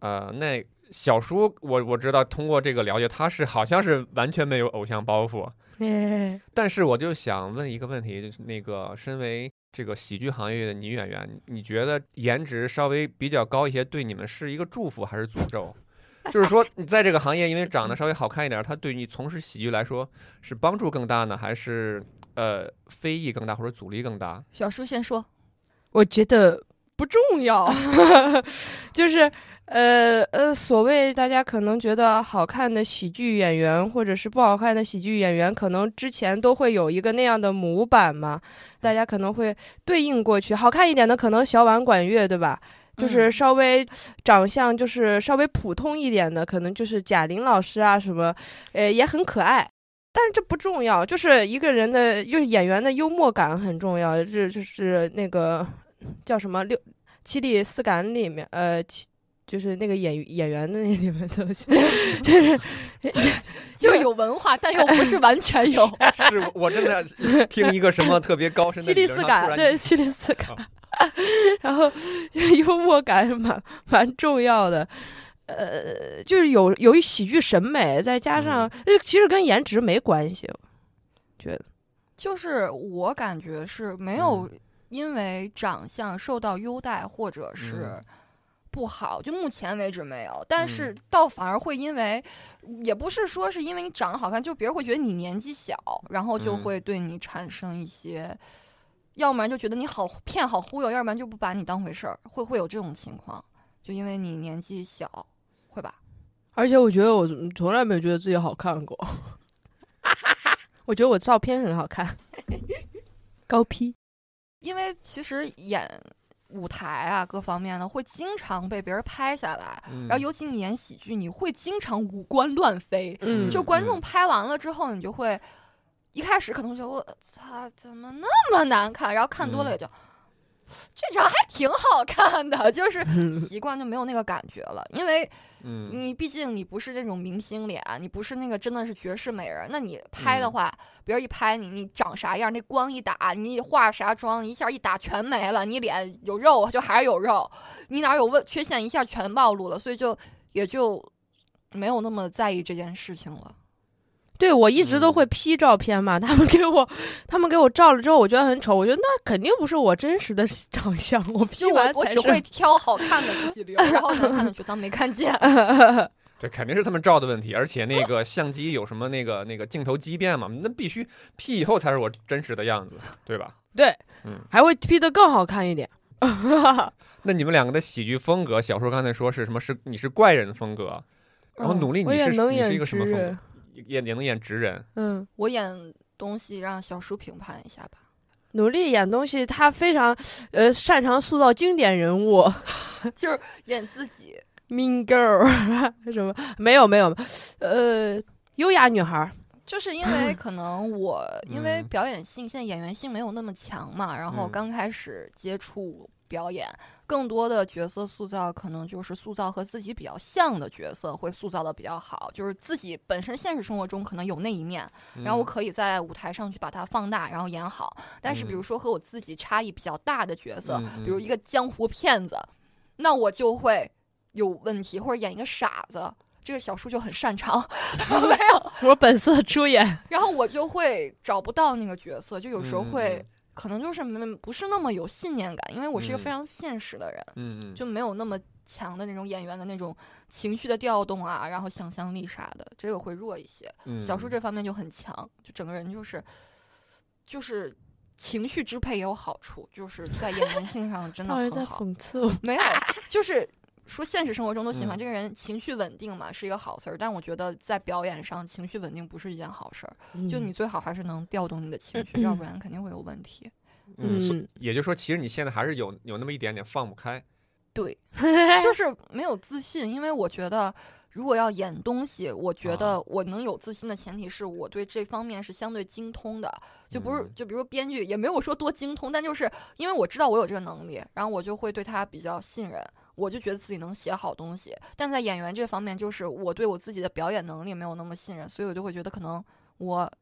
[SPEAKER 1] 呃，那小叔，我我知道，通过这个了解，他是好像是完全没有偶像包袱。
[SPEAKER 3] 哎
[SPEAKER 1] 但是我就想问一个问题，就是那个身为这个喜剧行业的女演员，你觉得颜值稍微比较高一些，对你们是一个祝福还是诅咒？ [LAUGHS] 就是说，你在这个行业，因为长得稍微好看一点儿，它对你从事喜剧来说是帮助更大呢，还是呃非议更大，或者阻力更大？
[SPEAKER 2] 小叔先说，
[SPEAKER 3] 我觉得不重要， [LAUGHS] 就是呃呃，所谓大家可能觉得好看的喜剧演员，或者是不好看的喜剧演员，可能之前都会有一个那样的模板嘛，大家可能会对应过去。好看一点的，可能小婉管乐，对吧？就是
[SPEAKER 2] 嗯
[SPEAKER 3] 稍微长相就是稍微普通一点的，可能就是贾玲老师啊什么，呃也很可爱，但是这不重要，就是一个人的就是演员的幽默感很重要，这就是那个叫什么六七里四感里面呃七。就是那个演演员的那里面的东 [LAUGHS] 西，就是
[SPEAKER 2] 又有文化，但又不是完全 [LAUGHS] 有。
[SPEAKER 1] 是我我正在听一个什么特别高深的
[SPEAKER 3] 七里
[SPEAKER 1] 理论它
[SPEAKER 3] 四
[SPEAKER 1] 突
[SPEAKER 3] 感，
[SPEAKER 1] 然
[SPEAKER 3] 对，七里四感
[SPEAKER 1] 啊，
[SPEAKER 3] [LAUGHS] 然后幽默感蛮蛮重要的。呃，就是有有一喜剧审美，再加上、呃其实跟颜值没关系，
[SPEAKER 2] 就是我感觉是没有
[SPEAKER 1] 嗯
[SPEAKER 2] 因为长相受到优待或者是
[SPEAKER 1] 嗯
[SPEAKER 2] 不好，就目前为止没有。但是倒反而会因为，也不是说是因为你长得好看，就别人会觉得你年纪小，然后就
[SPEAKER 1] 嗯
[SPEAKER 2] 会对你产生一些，要不然就觉得你好骗好忽悠，要不然就不把你当回事儿，会会有这种情况，就因为你年纪小，会吧？
[SPEAKER 3] 而且我觉得我从来没有觉得自己好看过， [LAUGHS] 我觉得我照片很好看， [LAUGHS] 高 P，
[SPEAKER 2] 因为其实演舞台啊各方面的会经常被别人拍下来。
[SPEAKER 1] 嗯
[SPEAKER 2] 然后尤其你演喜剧，你会经常五官乱飞，
[SPEAKER 1] 嗯
[SPEAKER 2] 就观众拍完了之后，你就会一开始可能觉得我操怎么那么难看，然后看多了
[SPEAKER 1] 嗯
[SPEAKER 2] 也就、这张还挺好看的，就是习惯就没有那个感觉了，因为
[SPEAKER 1] 嗯
[SPEAKER 2] 你毕竟你不是那种明星脸，你不是那个真的是绝世美人，那你拍的话，别人一拍你，你长啥样，那光一打，你化啥妆，一下一打全没了，你脸有肉就还是有肉，你哪儿有问缺陷一下全暴露了，所以就也就没有那么在意这件事情了。
[SPEAKER 3] 对我一直都
[SPEAKER 1] 嗯
[SPEAKER 3] 会 P 照片嘛，他们给我他们给我照了之后，我觉得很丑，我觉得那肯定不是我真实的长相，我 P
[SPEAKER 2] 就我
[SPEAKER 3] 完
[SPEAKER 2] 我
[SPEAKER 3] 才
[SPEAKER 2] 只
[SPEAKER 3] 是
[SPEAKER 2] 会挑好看的自己留，然后难看的就当没看见。 [LAUGHS]
[SPEAKER 1] 对，肯定是他们照的问题，而且那个相机有什么那个那个镜头畸变嘛，那必须 P 以后才是我真实的样子，对吧？
[SPEAKER 3] 对，
[SPEAKER 1] 嗯
[SPEAKER 3] 还会 P 的更好看一点。嗯
[SPEAKER 1] 那你们两个的喜剧风格，小叔刚才说是什么？是你是怪人风格，然后
[SPEAKER 3] 嗯
[SPEAKER 1] 努力
[SPEAKER 3] 我
[SPEAKER 1] 你
[SPEAKER 3] 也
[SPEAKER 1] 是
[SPEAKER 3] 能
[SPEAKER 1] 你是一
[SPEAKER 3] 演
[SPEAKER 1] 个什么
[SPEAKER 3] 直
[SPEAKER 1] 风
[SPEAKER 3] 人
[SPEAKER 1] 格？也也能演直人，
[SPEAKER 3] 嗯，
[SPEAKER 2] 我演东西让小叔评判一下吧。
[SPEAKER 3] 努力演东西，他非常呃擅长塑造经典人物
[SPEAKER 2] 就是演自己，
[SPEAKER 3] ，Mean Girl [LAUGHS] 什么没有没有，呃，优雅女孩儿，
[SPEAKER 2] 就是因为可能我因为
[SPEAKER 1] 嗯
[SPEAKER 2] 表演性现在演员性没有那么强嘛，然后
[SPEAKER 1] 嗯
[SPEAKER 2] 刚开始接触表演，更多的角色塑造可能就是塑造和自己比较像的角色会塑造的比较好，就是自己本身现实生活中可能有那一面，
[SPEAKER 1] 嗯
[SPEAKER 2] 然后我可以在舞台上去把它放大，然后演好。但
[SPEAKER 1] 嗯
[SPEAKER 2] 是比如说和我自己差异比较大的角色，比如一个江湖骗子，那我就会有问题，或者演一个傻子，这个小叔就很擅长， [LAUGHS] 没有。
[SPEAKER 3] 我本色出演。
[SPEAKER 2] 然后我就会找不到那个角色，就有时候会、
[SPEAKER 1] 嗯
[SPEAKER 2] 可能就是没不是那么有信念感，因为我是一个非
[SPEAKER 1] 嗯
[SPEAKER 2] 常现实的人，
[SPEAKER 1] 嗯嗯，
[SPEAKER 2] 就没有那么强的那种演员的那种情绪的调动啊，然后想象力啥的，这个会弱一些。
[SPEAKER 1] 嗯
[SPEAKER 2] 小叔这方面就很强，就整个人就是就是情绪支配也有好处，就是在演员性上真的
[SPEAKER 3] 到底在
[SPEAKER 2] 很好。
[SPEAKER 3] 讽刺我？
[SPEAKER 2] 没有，就是 [LAUGHS] 说现实生活中都喜欢
[SPEAKER 1] 嗯
[SPEAKER 2] 这个人情绪稳定嘛，是一个好词儿，但我觉得在表演上情绪稳定不是一件好事儿，就
[SPEAKER 3] 嗯
[SPEAKER 2] 你最好还是能调动你的情绪，要不然肯定会有问题。
[SPEAKER 1] 嗯，所
[SPEAKER 3] 嗯
[SPEAKER 1] 也就是说，其实你现在还是有有那么一点点放不开。
[SPEAKER 2] 对， [LAUGHS] 就是没有自信，因为我觉得如果要演东西，我觉得我能有自信的前提是我对这方面是相对精通的，就不是
[SPEAKER 1] 嗯
[SPEAKER 2] 就比如说编剧也没有说多精通，但就是因为我知道我有这个能力，然后我就会对他比较信任。我就觉得自己能写好东西，但在演员这方面，就是我对我自己的表演能力没有那么信任，所以我就会觉得可能我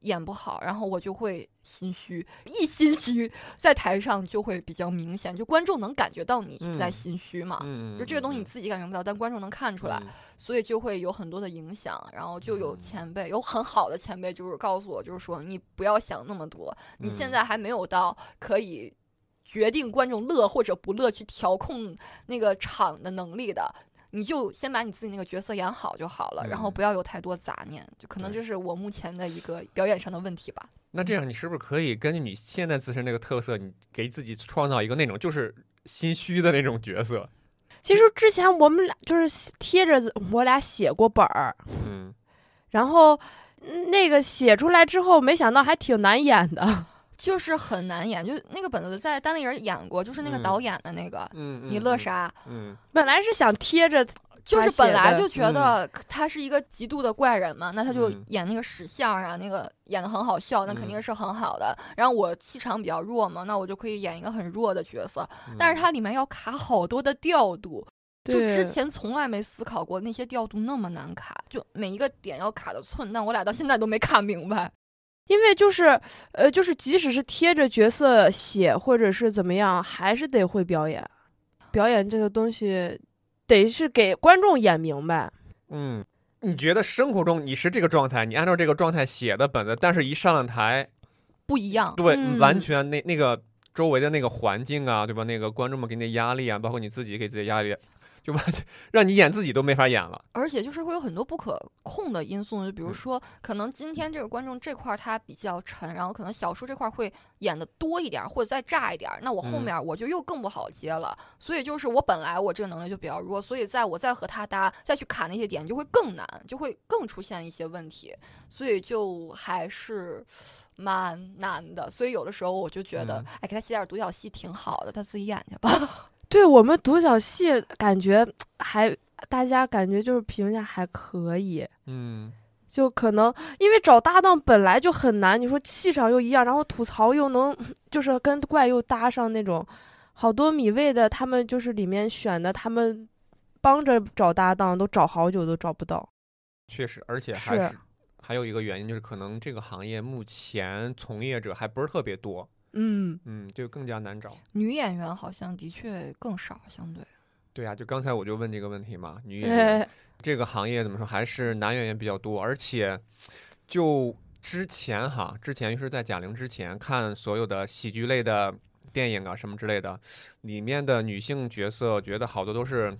[SPEAKER 2] 演不好，然后我就会心虚，一心虚在台上就会比较明显，就观众能感觉到你在
[SPEAKER 1] 嗯
[SPEAKER 2] 心虚嘛，
[SPEAKER 1] 嗯，
[SPEAKER 2] 啊就这个东西
[SPEAKER 1] 嗯
[SPEAKER 2] 你自己感觉不到，但观众能看出来，
[SPEAKER 1] 嗯
[SPEAKER 2] 所以就会有很多的影响。然后就有
[SPEAKER 1] 嗯
[SPEAKER 2] 前辈，有很好的前辈，就是告诉我，就是说你不要想那么多，你现
[SPEAKER 1] 嗯
[SPEAKER 2] 在还没有到可以决定观众乐或者不乐去调控那个场的能力的。你就先把你自己那个角色演好就好了，然后
[SPEAKER 1] 嗯
[SPEAKER 2] 不要有太多杂念，就可能
[SPEAKER 1] 对
[SPEAKER 2] 这是我目前的一个表演上的问题吧。
[SPEAKER 1] 那这样，你是不是可以根据你现在自身这个特色，你给自己创造一个那种就是心虚的那种角色？
[SPEAKER 3] 其实之前我们俩就是贴着我俩写过本儿，
[SPEAKER 1] 嗯，
[SPEAKER 3] 然后嗯那个写出来之后，没想到还挺难演的。 [LAUGHS]
[SPEAKER 2] 就是很难演，就是那个本子在单立人演过，就是那个
[SPEAKER 1] 嗯
[SPEAKER 2] 导演的那个、
[SPEAKER 1] 嗯，
[SPEAKER 2] 你
[SPEAKER 1] 嗯
[SPEAKER 2] 乐？啥，
[SPEAKER 1] 嗯
[SPEAKER 3] 本来是想贴着，
[SPEAKER 2] 就是
[SPEAKER 3] 他
[SPEAKER 2] 本
[SPEAKER 3] 写
[SPEAKER 2] 来
[SPEAKER 3] 的嗯
[SPEAKER 2] 就觉得他是一个极度的怪人嘛，那他就
[SPEAKER 1] 嗯
[SPEAKER 2] 演那个石像啊，那个演的很好笑，那肯
[SPEAKER 1] 嗯
[SPEAKER 2] 定是很好的。然后我气场比较弱嘛，那我就可以演一个很弱的角色，
[SPEAKER 1] 嗯
[SPEAKER 2] 但是它里面要卡好多的调度，就
[SPEAKER 3] 对
[SPEAKER 2] 之前从来没思考过那些调度那么难卡，就每一个点要卡的寸，但我俩到现在都没卡明白。
[SPEAKER 3] 因为就是呃，就是即使是贴着角色写，或者是怎么样，还是得会表演。表演这个东西，得是给观众演明白。
[SPEAKER 1] 嗯，你觉得生活中你是这个状态，你按照这个状态写的本子，但是一上了台，
[SPEAKER 2] 不一样，
[SPEAKER 1] 对，
[SPEAKER 3] 嗯
[SPEAKER 1] 完全那那个周围的那个环境啊，对吧？那个观众们给你的压力啊，包括你自己给自己的压力，就完全让你演自己都没法演了。
[SPEAKER 2] 而且就是会有很多不可控的因素，就比如
[SPEAKER 1] 嗯
[SPEAKER 2] 说，可能今天这个观众这块儿他比较沉，然后可能小说这块儿会演的多一点儿，或者再炸一点儿，那我后
[SPEAKER 1] 嗯
[SPEAKER 2] 面儿我就又更不好接了。所以就是我本来我这个能力就比较弱，所以在我再和他搭再去卡那些点就会更难，就会更出现一些问题，所以就还是蛮难的。所以有的时候我就觉得，
[SPEAKER 1] 嗯
[SPEAKER 2] 哎，给他写点儿独角戏挺好的，他自己演去吧。 [LAUGHS]
[SPEAKER 3] 对我们独角戏，感觉还大家感觉就是评价还可以。
[SPEAKER 1] 嗯，
[SPEAKER 3] 就可能因为找搭档本来就很难，你说气场又一样，然后吐槽又能就是跟怪又搭上那种，好多米味的他们就是里面选的，他们帮着找搭档都找好久都找不到。
[SPEAKER 1] 确实，而且还
[SPEAKER 3] 是
[SPEAKER 1] 是还有一个原因就是，可能这个行业目前从业者还不是特别多，
[SPEAKER 3] 嗯，
[SPEAKER 1] 嗯，就更加难找。
[SPEAKER 2] 女演员好像的确更少，相对。
[SPEAKER 1] 对啊，就刚才我就问这个问题嘛，女
[SPEAKER 2] [LAUGHS]
[SPEAKER 1] 演员
[SPEAKER 3] 哎，
[SPEAKER 1] 这个行业怎么说，还是男演员比较多，而且就之前哈，之前就是在贾玲之前看所有的喜剧类的电影啊什么之类的，里面的女性角色，我觉得好多都是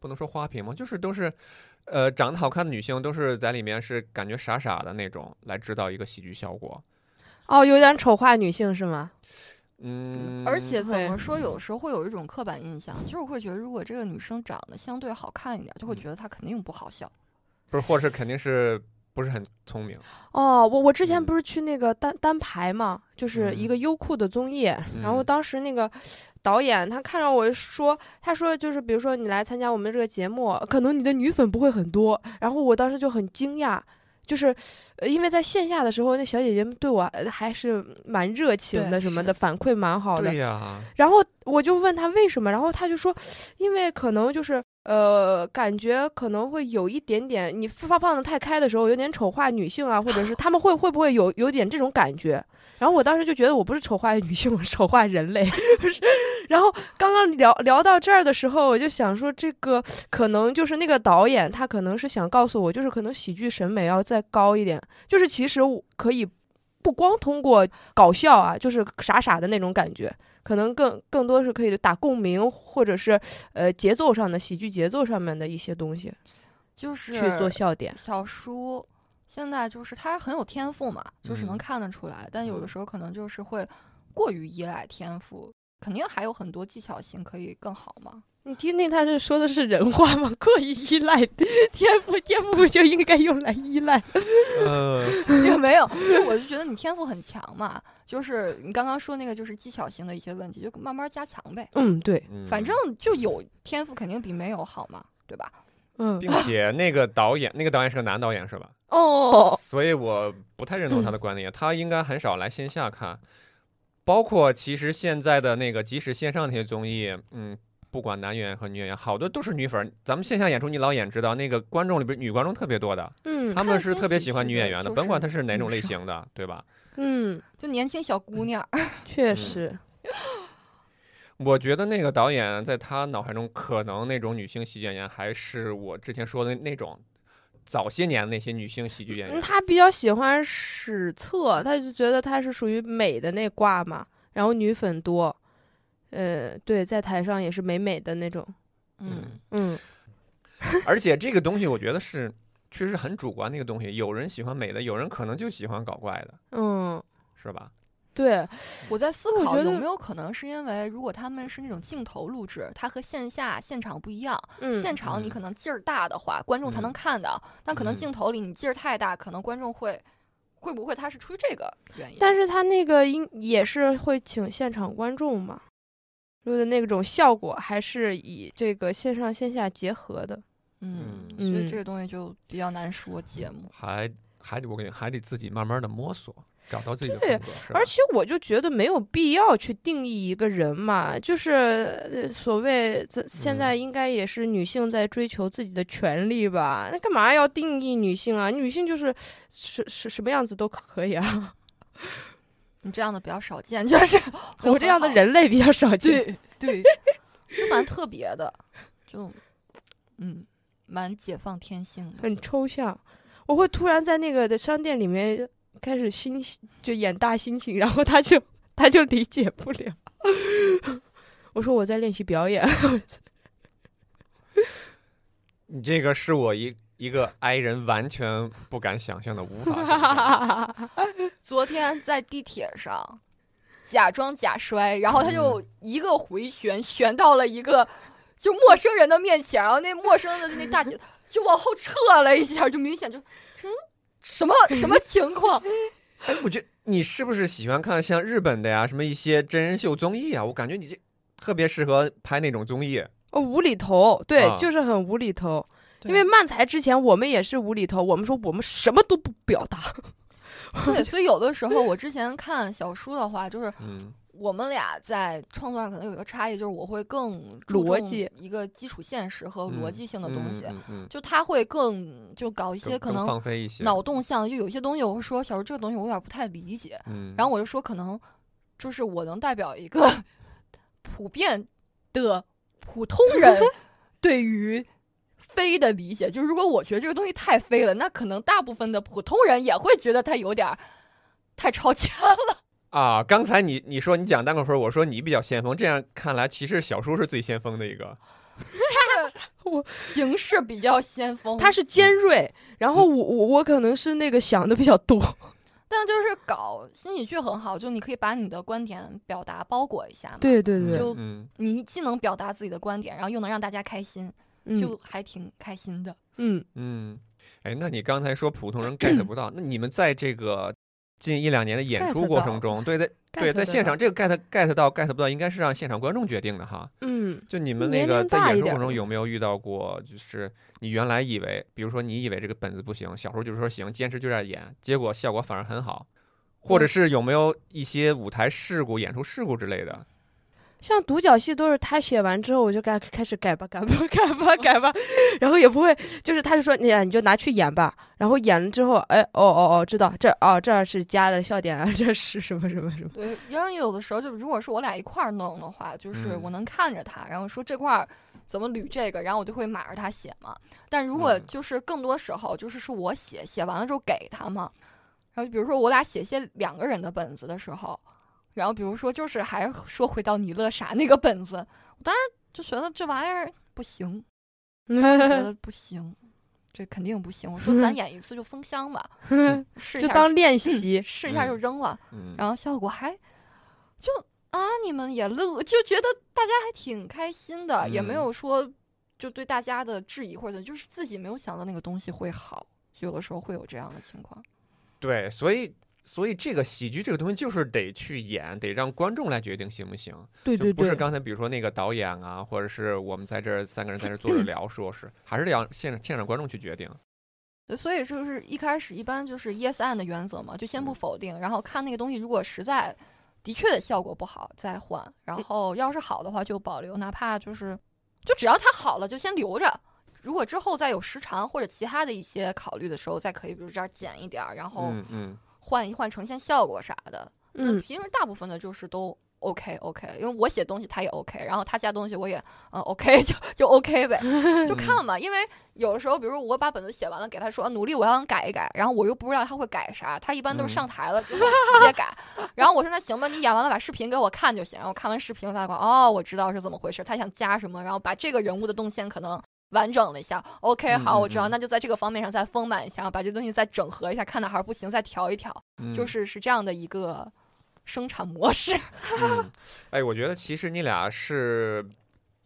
[SPEAKER 1] 不能说花瓶嘛，就是都是。呃，长得好看的女性都是在里面是感觉傻傻的那种，来制造一个喜剧效果。
[SPEAKER 3] [LAUGHS] 哦，有点丑化女性是吗？
[SPEAKER 1] 嗯，
[SPEAKER 2] 而且怎
[SPEAKER 3] 会
[SPEAKER 2] 么说，有时候会有一种刻板印象，就是会觉得如果这个女生长得相对好看一点，就会
[SPEAKER 1] 嗯
[SPEAKER 2] 觉得她肯定不好笑。
[SPEAKER 1] 不是，或者是肯定是不是很聪明？
[SPEAKER 3] 哦，我我之前
[SPEAKER 1] 嗯
[SPEAKER 3] 不是去那个单单排嘛，就是一
[SPEAKER 1] 嗯
[SPEAKER 3] 个优酷的综艺，然后
[SPEAKER 1] 嗯
[SPEAKER 3] 当时那个导演他看着我说，他说就是比如说你来参加我们这个节目，可能你的女粉不会很多，然后我当时就很惊讶。就是，呃因为在线下的时候，那小姐姐们对我呃还是蛮热情
[SPEAKER 2] 对
[SPEAKER 3] 的，什么
[SPEAKER 2] 是
[SPEAKER 3] 的反馈蛮好的
[SPEAKER 1] 对。呀、
[SPEAKER 3] [LAUGHS] 然后我就问他为什么，然后他就说，因为可能就是呃，感觉可能会有一点点，你放放的太开的时候，有点丑化女性啊，或者是他们会会不会有有点这种感觉？然后我当时就觉得我不是丑化女性，我是丑化人类。 [LAUGHS] 不是然后刚刚聊聊到这儿的时候，我就想说，这个可能就是那个导演，他可能是想告诉我，就是可能喜剧审美要再高一点，就是其实我可以不光通过搞笑啊，就是傻傻的那种感觉，可能更更多是可以打共鸣，或者是呃节奏上的喜剧节奏上面的一些东西
[SPEAKER 2] 就
[SPEAKER 3] 去
[SPEAKER 2] 是
[SPEAKER 3] 做笑点。
[SPEAKER 2] 小叔现在就是他很有天赋嘛，就是能
[SPEAKER 1] 嗯
[SPEAKER 2] 看得出来，但有的
[SPEAKER 1] 嗯
[SPEAKER 2] 时候可能
[SPEAKER 1] [LAUGHS]
[SPEAKER 2] 就是会过于依赖天赋，肯定还有很多技巧性可以更好嘛。
[SPEAKER 3] 你听听，他是说的是人话吗？ [LAUGHS] 过于依赖天赋，天赋就应该用来依赖。
[SPEAKER 1] 呃，
[SPEAKER 2] 也没有，就我就觉得你天赋很强嘛，就是你刚刚说那个就是技巧型的一些问题，就慢慢加强呗。
[SPEAKER 3] [LAUGHS] 嗯，对，
[SPEAKER 1] 嗯
[SPEAKER 2] 反正就有天赋肯定比没有好嘛，对吧？
[SPEAKER 3] 嗯，
[SPEAKER 1] 并且那个导演，那个导演是个男导演是吧？ [LAUGHS]
[SPEAKER 3] 哦，
[SPEAKER 1] 所以我不太认同他
[SPEAKER 2] 嗯
[SPEAKER 1] 的观点，他应该很少来线下看。包括其实现在的那个，即使线上那些综艺，嗯，不管男演员和女演员，好多都是女粉儿。咱们线下演出，你老演知道，那个观众里边女观众特别多的，
[SPEAKER 3] 嗯
[SPEAKER 1] 他们是
[SPEAKER 2] 看新
[SPEAKER 1] 特别
[SPEAKER 2] 喜
[SPEAKER 1] 喜欢
[SPEAKER 2] 剧
[SPEAKER 1] 女
[SPEAKER 2] 的
[SPEAKER 1] 演员的，
[SPEAKER 2] 就
[SPEAKER 1] 甭管
[SPEAKER 2] 是
[SPEAKER 1] 她是哪种
[SPEAKER 2] 女
[SPEAKER 1] 类
[SPEAKER 2] 生
[SPEAKER 1] 型的，对吧？
[SPEAKER 3] 嗯，
[SPEAKER 2] 就年轻小
[SPEAKER 1] 嗯
[SPEAKER 2] 姑娘，
[SPEAKER 3] 确实，
[SPEAKER 1] 我觉得那个导演在他脑海中，可能那种女性喜剧演员还是我之前说的那种早些年那些女性喜剧演
[SPEAKER 3] 嗯
[SPEAKER 1] 员。
[SPEAKER 3] 他比较喜欢史册，他就觉得他是属于美的那挂嘛，然后女粉多，呃，对，在台上也是美美的那种，
[SPEAKER 2] 嗯，
[SPEAKER 3] 嗯
[SPEAKER 1] 而且这个东西，我觉得是确实很主观的一个东西。有人喜欢美的，有人可能就喜欢搞怪的，
[SPEAKER 3] 嗯，
[SPEAKER 1] 是吧？
[SPEAKER 3] 对，
[SPEAKER 2] 我在思
[SPEAKER 3] 我
[SPEAKER 2] 考
[SPEAKER 3] 觉
[SPEAKER 2] 有
[SPEAKER 3] 得
[SPEAKER 2] 没有可能是因为，如果他们是那种镜头录制，它和线下现场不一样。
[SPEAKER 3] 嗯，
[SPEAKER 2] 现场你
[SPEAKER 1] 嗯
[SPEAKER 2] 可能劲儿大的话，观众才
[SPEAKER 1] 嗯
[SPEAKER 2] 能看到，但可能
[SPEAKER 1] 嗯
[SPEAKER 2] 镜头里你劲儿太大，可能观众会会不会他是出于这个原因？
[SPEAKER 3] 但是他那个应也是会请现场观众嘛，录的那种效果还是以这个线上线下结合的。
[SPEAKER 2] 嗯，
[SPEAKER 1] 嗯
[SPEAKER 2] 所以
[SPEAKER 3] 嗯
[SPEAKER 2] 这个东西就比较难说节目。
[SPEAKER 1] 还还得我感觉还得自己慢慢的摸索，找到自己的
[SPEAKER 3] 对
[SPEAKER 1] 风格，是吧
[SPEAKER 3] 而且我就觉得没有必要去定义一个人嘛，就是呃所谓这现在应该也是女性在追求自己的权利吧？那干嘛要定义女性啊？女性就是什什什么样子都可以啊。
[SPEAKER 2] 你这样的比较少见， [LAUGHS] 就是
[SPEAKER 3] [LAUGHS] 我这样的，人类比较少见。
[SPEAKER 2] 对， [LAUGHS] 就蛮特别的，就嗯，蛮解放天性的。
[SPEAKER 3] 很抽象。我会突然在那个的商店里面开始星星就演大猩猩，然后他就他就理解不了。 [LAUGHS] 我说我在练习表演，
[SPEAKER 1] 你这个是我一一个 i 人完全不敢想象的，无法 [LAUGHS] 想象。
[SPEAKER 2] 昨天在地铁上假装假摔，然后他就
[SPEAKER 1] 嗯
[SPEAKER 2] 一个回旋旋到了一个就陌生人的面前，然后那陌生的那大姐就往后撤了一下，就明显就真什么什么
[SPEAKER 1] [LAUGHS]
[SPEAKER 2] 情况？
[SPEAKER 1] 哎，我觉得你是不是喜欢看像日本的呀，什么一些真人秀综艺啊？我感觉你这特别适合拍那种综艺。
[SPEAKER 3] 哦，无厘头，对，
[SPEAKER 1] 啊
[SPEAKER 3] 就是很无厘头。
[SPEAKER 2] 对
[SPEAKER 3] 因为漫才之前我们也是无厘头，我们说我们什么都不表达。
[SPEAKER 2] 对，所以有的时候我之前看小说的话，就是
[SPEAKER 1] 嗯
[SPEAKER 2] 我们俩在创作上可能有一个差异，就是我会更注重
[SPEAKER 3] 逻辑
[SPEAKER 2] 一个基础现实和逻辑性的东西，
[SPEAKER 1] 嗯嗯嗯嗯
[SPEAKER 2] 就他会更就搞一些
[SPEAKER 1] 更
[SPEAKER 2] 可
[SPEAKER 1] 更
[SPEAKER 2] 能
[SPEAKER 1] 放飞一些。
[SPEAKER 2] 脑洞像，就有些东西我会说小时候这个东西我有点不太理解，
[SPEAKER 1] 嗯，
[SPEAKER 2] 然后我就说可能就是我能代表一个 [LAUGHS] 普遍的普通
[SPEAKER 3] [LAUGHS]
[SPEAKER 2] 人对于。飞的理解就是，如果我觉得这个东西太飞了，那可能大部分的普通人也会觉得它有点儿太超前
[SPEAKER 1] 啊，刚才你你说你讲单口分，我说你比较先锋，这样看来其实小叔是最先锋的一个。
[SPEAKER 2] [LAUGHS] 形式比较先锋，
[SPEAKER 3] 他是尖锐，然后我我我可能是那个想的比较多。
[SPEAKER 2] 但就是搞新喜剧很好，就你可以把你的观点表达包裹一下嘛，
[SPEAKER 3] 对对对，
[SPEAKER 2] 就
[SPEAKER 1] 嗯，
[SPEAKER 2] 你既能表达自己的观点，然后又能让大家开心，
[SPEAKER 3] 嗯
[SPEAKER 2] 就还挺开心的。
[SPEAKER 3] 嗯
[SPEAKER 1] 嗯，哎，那你刚才说普通人 get 不到，那你们在这个近一两年的演
[SPEAKER 2] get
[SPEAKER 1] 出过
[SPEAKER 2] 到
[SPEAKER 1] 程中，对在对
[SPEAKER 3] get
[SPEAKER 1] 在
[SPEAKER 3] 得
[SPEAKER 1] 现
[SPEAKER 3] 到
[SPEAKER 1] 场这个 get get 到 get 不到，应该是让现场观众决定的哈。
[SPEAKER 3] 嗯，
[SPEAKER 1] 就你们那
[SPEAKER 3] 年
[SPEAKER 1] 个
[SPEAKER 3] 龄
[SPEAKER 1] 在
[SPEAKER 3] 大
[SPEAKER 1] 演
[SPEAKER 3] 一
[SPEAKER 1] 出过
[SPEAKER 3] 点
[SPEAKER 1] 程中
[SPEAKER 3] 的
[SPEAKER 1] 有没有遇到过，就是你原来以为，比如说你以为这个本子不行，小时候就是说行，坚持就这样演，结果效果反而很好，或者是有没有一些舞台事故、演出事故之类的？
[SPEAKER 3] 像独角戏都是他写完之后，我就该开始改吧，改吧， [LAUGHS] 改吧，改吧，然后也不会，就是他就说哎你你就拿去演吧，然后演了之后，哎，哦哦哦，知道这儿哦这儿是加了笑点啊，这是什么什么什么，
[SPEAKER 2] 对，因为有的时候就如果是我俩一块儿弄的话，就是
[SPEAKER 1] 嗯
[SPEAKER 2] 我能看着他，然后说这块儿怎么捋这个，然后我就会码着他写嘛。但如果
[SPEAKER 1] 嗯
[SPEAKER 2] 就是更多时候就是是我写，写完了之后给他嘛。然后比如说我俩写一些两个人的本子的时候，然后比如说就是还说回到尼乐傻那个本子，我当时就觉得这玩意儿不行，
[SPEAKER 1] 嗯
[SPEAKER 2] 觉得不行。这肯定不行！我说
[SPEAKER 1] [LAUGHS]
[SPEAKER 2] 咱演一次就封箱吧，试一
[SPEAKER 3] [LAUGHS] 就
[SPEAKER 2] 下嗯
[SPEAKER 3] 当练习，
[SPEAKER 2] 试一下就扔了。
[SPEAKER 1] 嗯，
[SPEAKER 2] 然后效果还就啊，你们也乐，就觉得大家还挺开心的，也
[SPEAKER 1] 嗯
[SPEAKER 2] 没有说就对大家的质疑或者就是自己没有想到那个东西会好，有的时候会有这样的情况。
[SPEAKER 1] 对，所以所以这个喜剧这个东西就是得去演，得让观众来决定行不行。
[SPEAKER 3] 对
[SPEAKER 1] 就
[SPEAKER 3] 对
[SPEAKER 1] 不是
[SPEAKER 3] 对，
[SPEAKER 1] 刚才比如说那个导演啊，或者是我们在这儿三个人在这儿坐着
[SPEAKER 3] 嗯
[SPEAKER 1] 聊，说是还是得让现现场观众去决定。
[SPEAKER 2] 对，所以就是一开始一般就是 yes and 的原则嘛，就先不
[SPEAKER 1] 嗯
[SPEAKER 2] 否定，然后看那个东西如果实在的确效果不好再换，
[SPEAKER 1] 嗯
[SPEAKER 2] 然后要是好的话就保留，哪怕就是就只要它好了就先留着。如果之后再有时长或者其他的一些考虑的时候，再可以比如这儿减一点儿，然后
[SPEAKER 1] 嗯嗯，
[SPEAKER 2] 换一换呈现效果啥的。那
[SPEAKER 3] 嗯，
[SPEAKER 2] 平时大部分的就是都 OK OK，因为我写东西他也 OK，然后他加东西我也嗯 OK 就就
[SPEAKER 1] [LAUGHS]
[SPEAKER 2] OK 呗，
[SPEAKER 1] 嗯
[SPEAKER 2] [LAUGHS] 就看吧。因为有的时候，比如我把本子写完了，给他说啊努力我要改一改，然后我又不知道他会改啥，他一般都是
[SPEAKER 1] 嗯
[SPEAKER 2] 上台了之后直接改。然后我说那行吧，你演完了把视频给我看就行。然后看完视频，我才管哦，我知道是怎么回事，他想加什么，然后把这个人物的动线可能。完整了一下，OK，
[SPEAKER 1] 嗯
[SPEAKER 2] 好，
[SPEAKER 1] 嗯
[SPEAKER 2] 我知道，
[SPEAKER 1] 嗯
[SPEAKER 2] 那就在这个方面上再丰满一下，把这东西再整合一下，看哪还不行再调一调。
[SPEAKER 1] 嗯
[SPEAKER 2] 就是是这样的一个生产模式。 [LAUGHS]
[SPEAKER 1] 嗯，哎，我觉得其实你俩是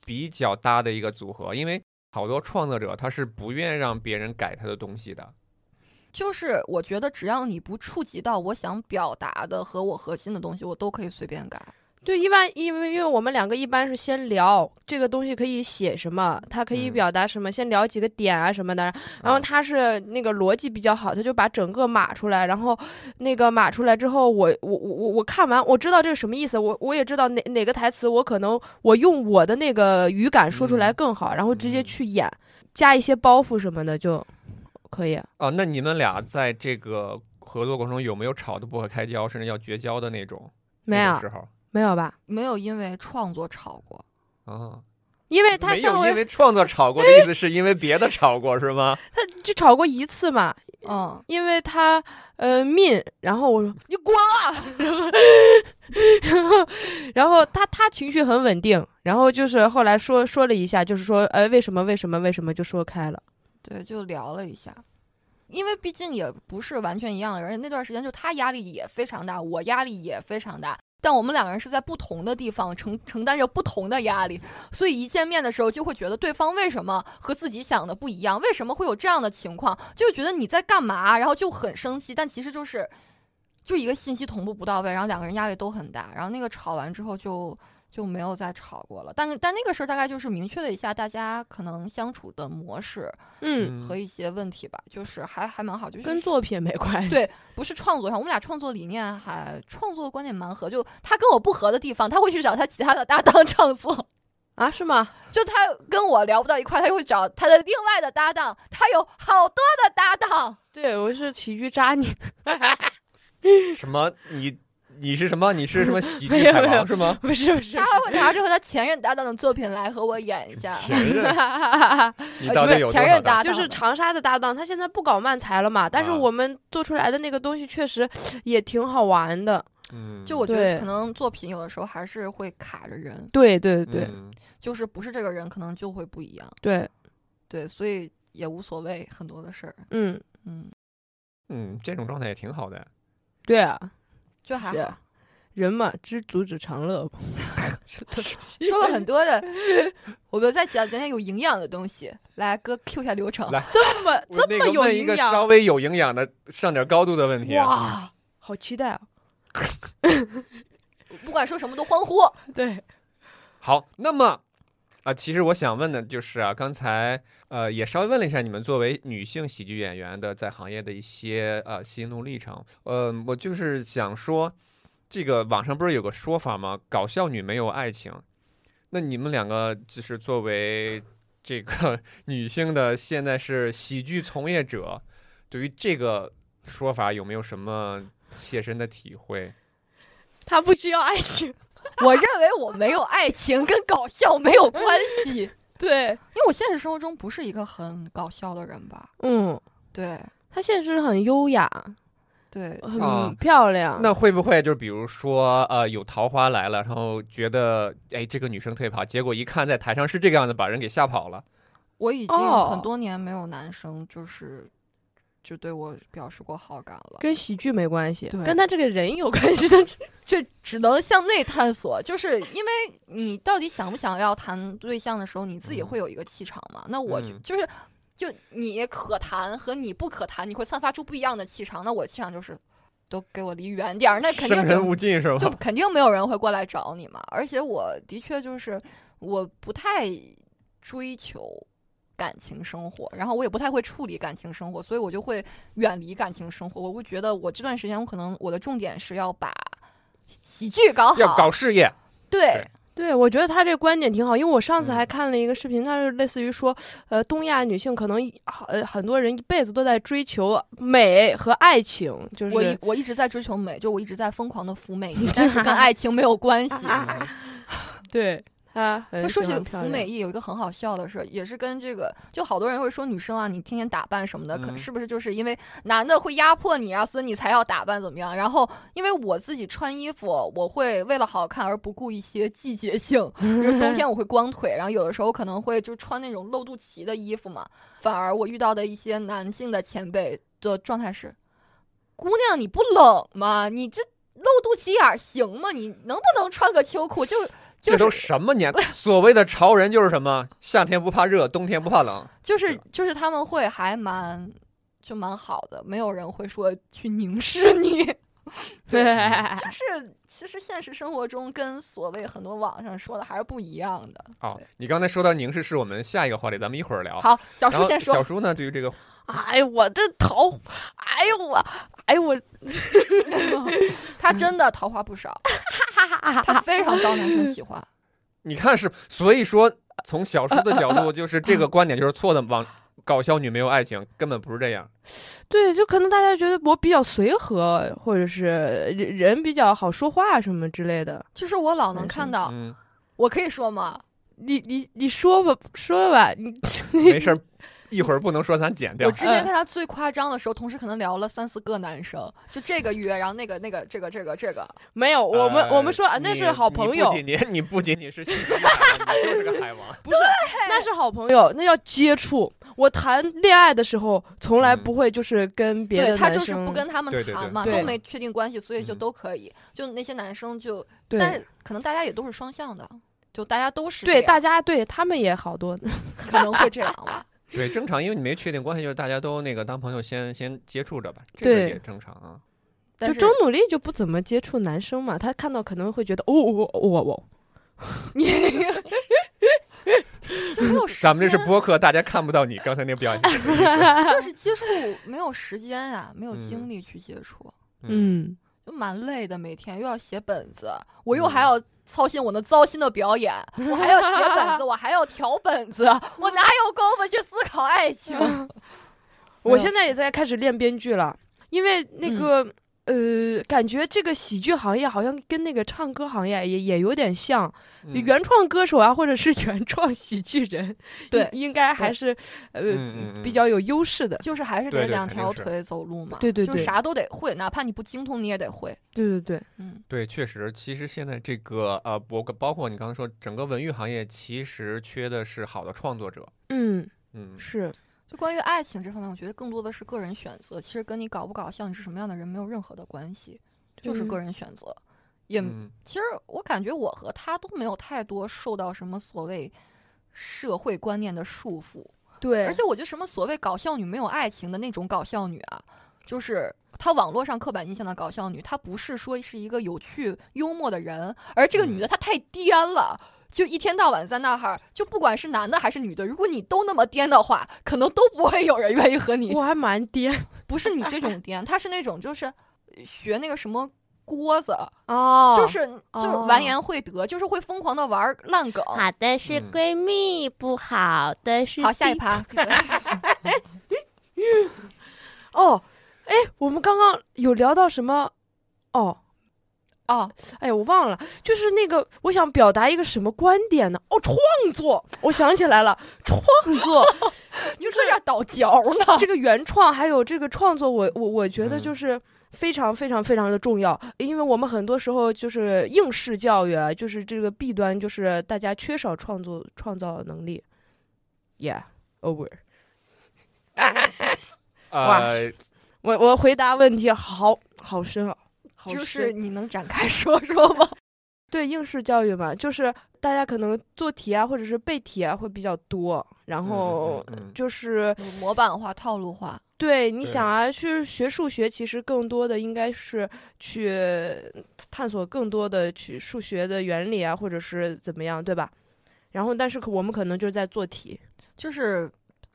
[SPEAKER 1] 比较搭的一个组合，因为好多创作者他是不愿意让别人改他的东西的。
[SPEAKER 2] 就是我觉得只要你不触及到我想表达的和我核心的东西，我都可以随便改。
[SPEAKER 3] 对，一般因为因为我们两个一般是先聊这个东西可以写什么，他可以
[SPEAKER 1] 嗯
[SPEAKER 3] 表达什么，先聊几个点啊什么的，然后
[SPEAKER 1] 嗯
[SPEAKER 3] 他是那个逻辑比较好，他就把整个码出来，然后那个码出来之后，我我我我我看完，我知道这是什么意思，我我也知道哪哪个台词，我可能我用我的那个语感说出来
[SPEAKER 1] 嗯
[SPEAKER 3] 更好，然后直接
[SPEAKER 1] 嗯
[SPEAKER 3] 去演，加一些包袱什么的就可以。
[SPEAKER 1] 哦，那你们俩在这个合作过程中有没有吵得不可开交，甚至要绝交的那种？
[SPEAKER 3] 没
[SPEAKER 1] 那种
[SPEAKER 3] 有
[SPEAKER 1] 时候
[SPEAKER 3] 没有吧？
[SPEAKER 2] 没有因为创作吵过，
[SPEAKER 1] 啊，
[SPEAKER 3] 因为他
[SPEAKER 1] 没有
[SPEAKER 3] 上回
[SPEAKER 1] 因为创作吵过的意思，是因为别的吵过是吗？
[SPEAKER 3] 他就吵过一次嘛，
[SPEAKER 2] 嗯，
[SPEAKER 3] 因为他呃命，然后我说你滚啊， [LAUGHS] 然后然后他他情绪很稳定，然后就是后来说说了一下，就是说呃为什么为什么为什么就说开了，
[SPEAKER 2] 对，就聊了一下。因为毕竟也不是完全一样的人，而且那段时间就他压力也非常大，我压力也非常大，但我们两个人是在不同的地方承承担着不同的压力，所以一见面的时候就会觉得对方为什么和自己想的不一样，为什么会有这样的情况，就会觉得你在干嘛，然后就很生气，但其实就是就一个信息同步不到位，然后两个人压力都很大，然后那个吵完之后就。就没有再吵过了，但但那个事儿大概就是明确了一下大家可能相处的模式，
[SPEAKER 3] 嗯，
[SPEAKER 1] 嗯
[SPEAKER 2] 和一些问题吧，就是还还蛮好，就是
[SPEAKER 3] 跟作品没关系，
[SPEAKER 2] 对不是创作上，我们俩创作理念还创作观点蛮合，就他跟我不合的地方，他会去找他其他的搭档 [LAUGHS] 创作，
[SPEAKER 3] 啊是吗？
[SPEAKER 2] 就他跟我聊不到一块，他就会找他的另外的搭档，他有好多的搭档，
[SPEAKER 3] 对我是喜剧渣女，
[SPEAKER 1] 什么？你你是什么？你是什
[SPEAKER 3] [LAUGHS]
[SPEAKER 1] 么喜
[SPEAKER 3] 没
[SPEAKER 1] 剧
[SPEAKER 3] 有
[SPEAKER 1] 海
[SPEAKER 3] 没有
[SPEAKER 1] 王是
[SPEAKER 3] [LAUGHS]
[SPEAKER 1] 吗？
[SPEAKER 3] 不是不是
[SPEAKER 2] 他，还会拿着和他前任搭档的作品来和我演一下，
[SPEAKER 1] 前
[SPEAKER 3] [LAUGHS]
[SPEAKER 1] 任，你
[SPEAKER 2] 呃
[SPEAKER 1] 到
[SPEAKER 2] 不
[SPEAKER 1] 底
[SPEAKER 2] 是
[SPEAKER 1] 有多
[SPEAKER 2] 前任
[SPEAKER 1] 少
[SPEAKER 2] 搭
[SPEAKER 1] 大？
[SPEAKER 2] 档，
[SPEAKER 3] 就是长沙的搭档，他现在不搞漫才了嘛，但是
[SPEAKER 1] 啊
[SPEAKER 3] 我们做出来的那个东西确实也挺好玩的，
[SPEAKER 1] 嗯，
[SPEAKER 2] 就我觉得
[SPEAKER 3] 对
[SPEAKER 2] 可能作品有的时候还是会卡着人，
[SPEAKER 3] 对对对
[SPEAKER 1] 嗯
[SPEAKER 2] 就是不是这个人可能就会不一样，
[SPEAKER 3] 对，
[SPEAKER 2] 对，所以也无所谓很多的事儿，
[SPEAKER 3] 嗯
[SPEAKER 2] 嗯，
[SPEAKER 1] 嗯，这种状态也挺好的。
[SPEAKER 3] 对啊，
[SPEAKER 2] 就还
[SPEAKER 3] 是
[SPEAKER 2] 好。
[SPEAKER 3] 人嘛，知足者常乐 [LAUGHS] 嘛。
[SPEAKER 2] 说了很多的，我们再讲讲有营养的东西。来，哥 Q 一下流程
[SPEAKER 1] 来。
[SPEAKER 3] 这么
[SPEAKER 1] [LAUGHS] 我
[SPEAKER 3] 这
[SPEAKER 1] 那
[SPEAKER 3] 么
[SPEAKER 1] 个
[SPEAKER 3] 有
[SPEAKER 1] 问一
[SPEAKER 3] 营
[SPEAKER 1] 个稍
[SPEAKER 3] 养，
[SPEAKER 1] 微有营养的，上点高度的问题。啊
[SPEAKER 3] 哇，好期待啊！
[SPEAKER 2] 不管说什么都欢呼。
[SPEAKER 3] 对，
[SPEAKER 1] 好，那么啊、其实我想问的就是啊，刚才呃也稍微问了一下你们作为女性喜剧演员的在行业的一些呃心路历程。呃，我就是想说，这个网上不是有个说法吗？搞笑女没有爱情。那你们两个就是作为这个女性的现在是喜剧从业者，对于这个说法有没有什么切身的体会？
[SPEAKER 3] 他不需要爱 [LAUGHS] 情。
[SPEAKER 2] 我认为我没有爱情，跟搞笑没有关系，因
[SPEAKER 3] 对，
[SPEAKER 2] 为我现实生活中不是一个很搞笑的人吧？
[SPEAKER 3] 嗯，
[SPEAKER 2] 对
[SPEAKER 3] 他现实很优雅，
[SPEAKER 2] 对，
[SPEAKER 3] 很
[SPEAKER 1] 啊
[SPEAKER 3] 漂亮。
[SPEAKER 1] 那会不会就比如说，呃，有桃花来了，然后觉得，哎，这个女生特别好，结果一看在台上是这个样子，把人给吓跑了？
[SPEAKER 2] 我已经
[SPEAKER 3] 哦
[SPEAKER 2] 很多年没有男生就是就对我表示过好感了。
[SPEAKER 3] 跟喜剧没关系，
[SPEAKER 2] 对
[SPEAKER 3] 跟他这个人有关系。但是 [LAUGHS]
[SPEAKER 2] 这只能向内探索，就是因为你到底想不想要谈对象的时候，你自己会有一个气场嘛？那我就
[SPEAKER 1] 嗯
[SPEAKER 2] 就是，就你可谈和你不可谈，你会散发出不一样的气场。那我气场就是，都给我离远点儿，那肯定
[SPEAKER 1] 生
[SPEAKER 2] 就
[SPEAKER 1] 人勿近是
[SPEAKER 2] 就
[SPEAKER 1] 吧？
[SPEAKER 2] 肯定没有人会过来找你嘛。而且我的确就是我不太追求感情生活，然后我也不太会处理感情生活，所以我就会远离感情生活。我会觉得我这段时间我可能我的重点是要把喜剧搞好，
[SPEAKER 1] 要搞事业，
[SPEAKER 2] 对
[SPEAKER 3] 对，我觉得他这观点挺好，因为我上次还
[SPEAKER 1] 嗯
[SPEAKER 3] 看了一个视频，他是类似于说，呃，东亚女性可能一呃很多人一辈子都在追求美和爱情，就
[SPEAKER 2] 我一
[SPEAKER 3] 是
[SPEAKER 2] 我一直在追求美，就我一直在疯狂的服美役，但是跟爱情没有关系。
[SPEAKER 1] 嗯
[SPEAKER 3] 对他很
[SPEAKER 2] 那说起
[SPEAKER 3] 喜欢漂
[SPEAKER 2] 服美
[SPEAKER 3] 亮，
[SPEAKER 2] 役，有一个很好笑的事，也是跟这个，就好多人会说女生啊，你天天打扮什么的，可
[SPEAKER 1] 嗯
[SPEAKER 2] 是不是就是因为男的会压迫你啊，所以你才要打扮怎么样？然后因为我自己穿衣服，我会为了好看而不顾一些季节性，比如冬天我会光腿，然后有的时候可能会就穿那种露肚脐的衣服嘛。反而我遇到的一些男性的前辈的状态是，姑娘你不冷吗？你这露肚脐眼儿行吗？你能不能穿个秋裤？就
[SPEAKER 1] 这
[SPEAKER 2] 就是
[SPEAKER 1] 都什么年代？所谓的潮人就是什么？夏天不怕热，冬天不怕冷。
[SPEAKER 2] 就是就是他们会还蛮就蛮好的，没有人会说去
[SPEAKER 1] [LAUGHS]
[SPEAKER 2] 凝视你。
[SPEAKER 3] [LAUGHS] 对，
[SPEAKER 2] 就是其实现实生活中跟所谓很多网上说的还是不一样的。
[SPEAKER 1] 哦
[SPEAKER 2] 对，
[SPEAKER 1] 你刚才说到凝视是我们下一个话题，咱们一会儿聊。
[SPEAKER 2] 好，小
[SPEAKER 1] 然
[SPEAKER 2] 叔
[SPEAKER 1] 后
[SPEAKER 2] 先
[SPEAKER 1] 小
[SPEAKER 2] 说，
[SPEAKER 1] 叔呢，对于这个，
[SPEAKER 3] 哎，我这桃，哎呦我，哎我，
[SPEAKER 2] 他
[SPEAKER 1] 嗯
[SPEAKER 2] 真的桃花不少，他非常招男生喜欢。
[SPEAKER 1] 嗯你看是，所以说从小叔的角
[SPEAKER 2] [LAUGHS]
[SPEAKER 1] 度，就是这个观点就是错的，往搞笑女没有爱情，根本不是这样。
[SPEAKER 3] 对，就可能大家觉得我比较随和，或者是人人比较好说话什么之类的。
[SPEAKER 2] [LAUGHS] 就是我老能
[SPEAKER 3] 男生
[SPEAKER 2] 看到，
[SPEAKER 1] 嗯，
[SPEAKER 2] 我可以说吗？
[SPEAKER 3] 你你你说吧，说吧， [LAUGHS] 你
[SPEAKER 1] 没事儿，一会儿不能说咱剪掉
[SPEAKER 2] 我。之前看他最夸张的时候，同时可能聊了三四个男生，就这个约，然后那个那个这个这个这个，
[SPEAKER 3] 没有，我们、
[SPEAKER 1] 呃
[SPEAKER 3] 我们说啊，那
[SPEAKER 1] 你
[SPEAKER 3] 是好朋友，
[SPEAKER 1] 你不仅你你不仅仅是信息海王，你就是个海王。 [LAUGHS]
[SPEAKER 3] 不是，那是好朋友，那要接触。我谈恋爱的时候，从来
[SPEAKER 1] 嗯
[SPEAKER 3] 不会就是跟别的
[SPEAKER 2] 对
[SPEAKER 3] 男
[SPEAKER 2] 他
[SPEAKER 3] 生，
[SPEAKER 2] 就是不跟他们
[SPEAKER 1] 对对
[SPEAKER 2] 谈
[SPEAKER 1] 对
[SPEAKER 2] 嘛，
[SPEAKER 3] 对
[SPEAKER 2] 都没确定关系，所以就
[SPEAKER 1] 嗯
[SPEAKER 2] 都可以。就那些男生就
[SPEAKER 3] 对
[SPEAKER 2] 但是可能大家也都是双向的，就大家都是
[SPEAKER 3] 对
[SPEAKER 2] 这样
[SPEAKER 3] 大家对他们也好多，
[SPEAKER 2] 可能会这样
[SPEAKER 3] [LAUGHS]
[SPEAKER 2] 吧。
[SPEAKER 1] 对，正常，因为你没确定关系，就是大家都那个当朋友先先接触着吧，这
[SPEAKER 3] 对
[SPEAKER 1] 个也正常啊。
[SPEAKER 2] 但
[SPEAKER 3] 就是周努力就不怎么接触男生嘛，他看到可能会觉得哦哦哦哦
[SPEAKER 2] [LAUGHS]
[SPEAKER 3] [LAUGHS]
[SPEAKER 2] 你就没有时间，
[SPEAKER 1] 咱们这是播客，大家看不到你刚才那个表演。
[SPEAKER 3] [LAUGHS]
[SPEAKER 2] 就是接触没有时间呀、没有
[SPEAKER 1] 嗯
[SPEAKER 2] 精力去接触，
[SPEAKER 3] 嗯，
[SPEAKER 2] 就蛮累的。每天又要写本子，我又
[SPEAKER 1] 嗯
[SPEAKER 2] 还要操心我那糟心的表演，我还要写本子，我还要调本子，我哪有功夫去思考爱情？
[SPEAKER 3] [LAUGHS] 我现在也在开始练编剧了，因为那个、
[SPEAKER 2] 嗯
[SPEAKER 3] 呃，感觉这个喜剧行业好像跟那个唱歌行业也也有点像，
[SPEAKER 1] 嗯
[SPEAKER 3] 原创歌手啊，或者是原创喜剧人，
[SPEAKER 2] 对
[SPEAKER 3] 应应该还是呃、
[SPEAKER 1] 嗯嗯
[SPEAKER 3] 比较有优势的。
[SPEAKER 2] 就是还是得
[SPEAKER 1] 对对
[SPEAKER 2] 两
[SPEAKER 1] 肯定
[SPEAKER 2] 条
[SPEAKER 1] 是
[SPEAKER 2] 腿走路嘛，
[SPEAKER 3] 对对
[SPEAKER 2] 就是
[SPEAKER 3] 对
[SPEAKER 2] 啥都得会，哪怕你不精通，你也得会。
[SPEAKER 3] 对对对，
[SPEAKER 2] 嗯，
[SPEAKER 1] 对，确实，其实现在这个呃，包包括你刚才说，整个文娱行业其实缺的是好的创作者。
[SPEAKER 3] 嗯，
[SPEAKER 1] 嗯，
[SPEAKER 3] 是
[SPEAKER 2] 就关于爱情这方面，我觉得更多的是个人选择，其实跟你搞不搞笑、你是什么样的人没有任何的关系，就是
[SPEAKER 3] 嗯
[SPEAKER 2] 个人选择。也
[SPEAKER 1] 嗯
[SPEAKER 2] 其实我感觉我和他都没有太多受到什么所谓社会观念的束缚，
[SPEAKER 3] 嗯对，
[SPEAKER 2] 而且我觉得什么所谓搞笑女没有爱情的那种搞笑女啊，就是她网络上刻板印象的搞笑女，她不是说是一个有趣幽默的人，而这个女的
[SPEAKER 3] 嗯
[SPEAKER 2] 她太颠了。就一天到晚在那哈儿，就不管是男的还是女的，如果你都那么颠的话，可能都不会有人愿意和你。
[SPEAKER 3] 我还蛮颠
[SPEAKER 2] 不是你这种颠，她是那种就是学那个什么锅子，
[SPEAKER 3] 哦
[SPEAKER 2] 就是就是完
[SPEAKER 3] 哦啊
[SPEAKER 2] 颜慧德，就是会疯狂的玩烂梗。
[SPEAKER 4] 好的是
[SPEAKER 1] 嗯
[SPEAKER 4] 闺蜜，不好的是
[SPEAKER 2] 好，下一
[SPEAKER 4] 弟
[SPEAKER 3] [LAUGHS]
[SPEAKER 2] 盘。闭嘴
[SPEAKER 3] 哦，哎，我们刚刚有聊到什么？哦，
[SPEAKER 2] 哦，
[SPEAKER 3] 哎呀，我忘了，就是那个，我想表达一个什么观点呢？哦，创作，我想起来了，创
[SPEAKER 2] [LAUGHS]
[SPEAKER 3] 作
[SPEAKER 2] 你这点倒嚼呢？
[SPEAKER 3] 这个原创还有这个创作，我我我觉得
[SPEAKER 1] 嗯
[SPEAKER 3] 就是。非常非常非常的重要，因为我们很多时候就是应试教育啊，就是这个弊端就是大家缺少创作创造能力。Yeah, over。
[SPEAKER 1] 呃，
[SPEAKER 3] 我我回答问题好好深奥、好头
[SPEAKER 2] 就是你能展开说 [LAUGHS] 说吗？
[SPEAKER 3] 对应试教育嘛，就是大家可能做题啊，或者是背题啊会比较多，然后
[SPEAKER 1] 嗯嗯嗯嗯
[SPEAKER 3] 就是
[SPEAKER 2] 模板化、套路化，
[SPEAKER 3] 对
[SPEAKER 1] 对
[SPEAKER 3] 你想啊，去学数学，其实更多的应该是去探索更多的去数学的原理啊，或者是怎么样，对吧？然后，但是可我们可能就是在做题，
[SPEAKER 2] 就是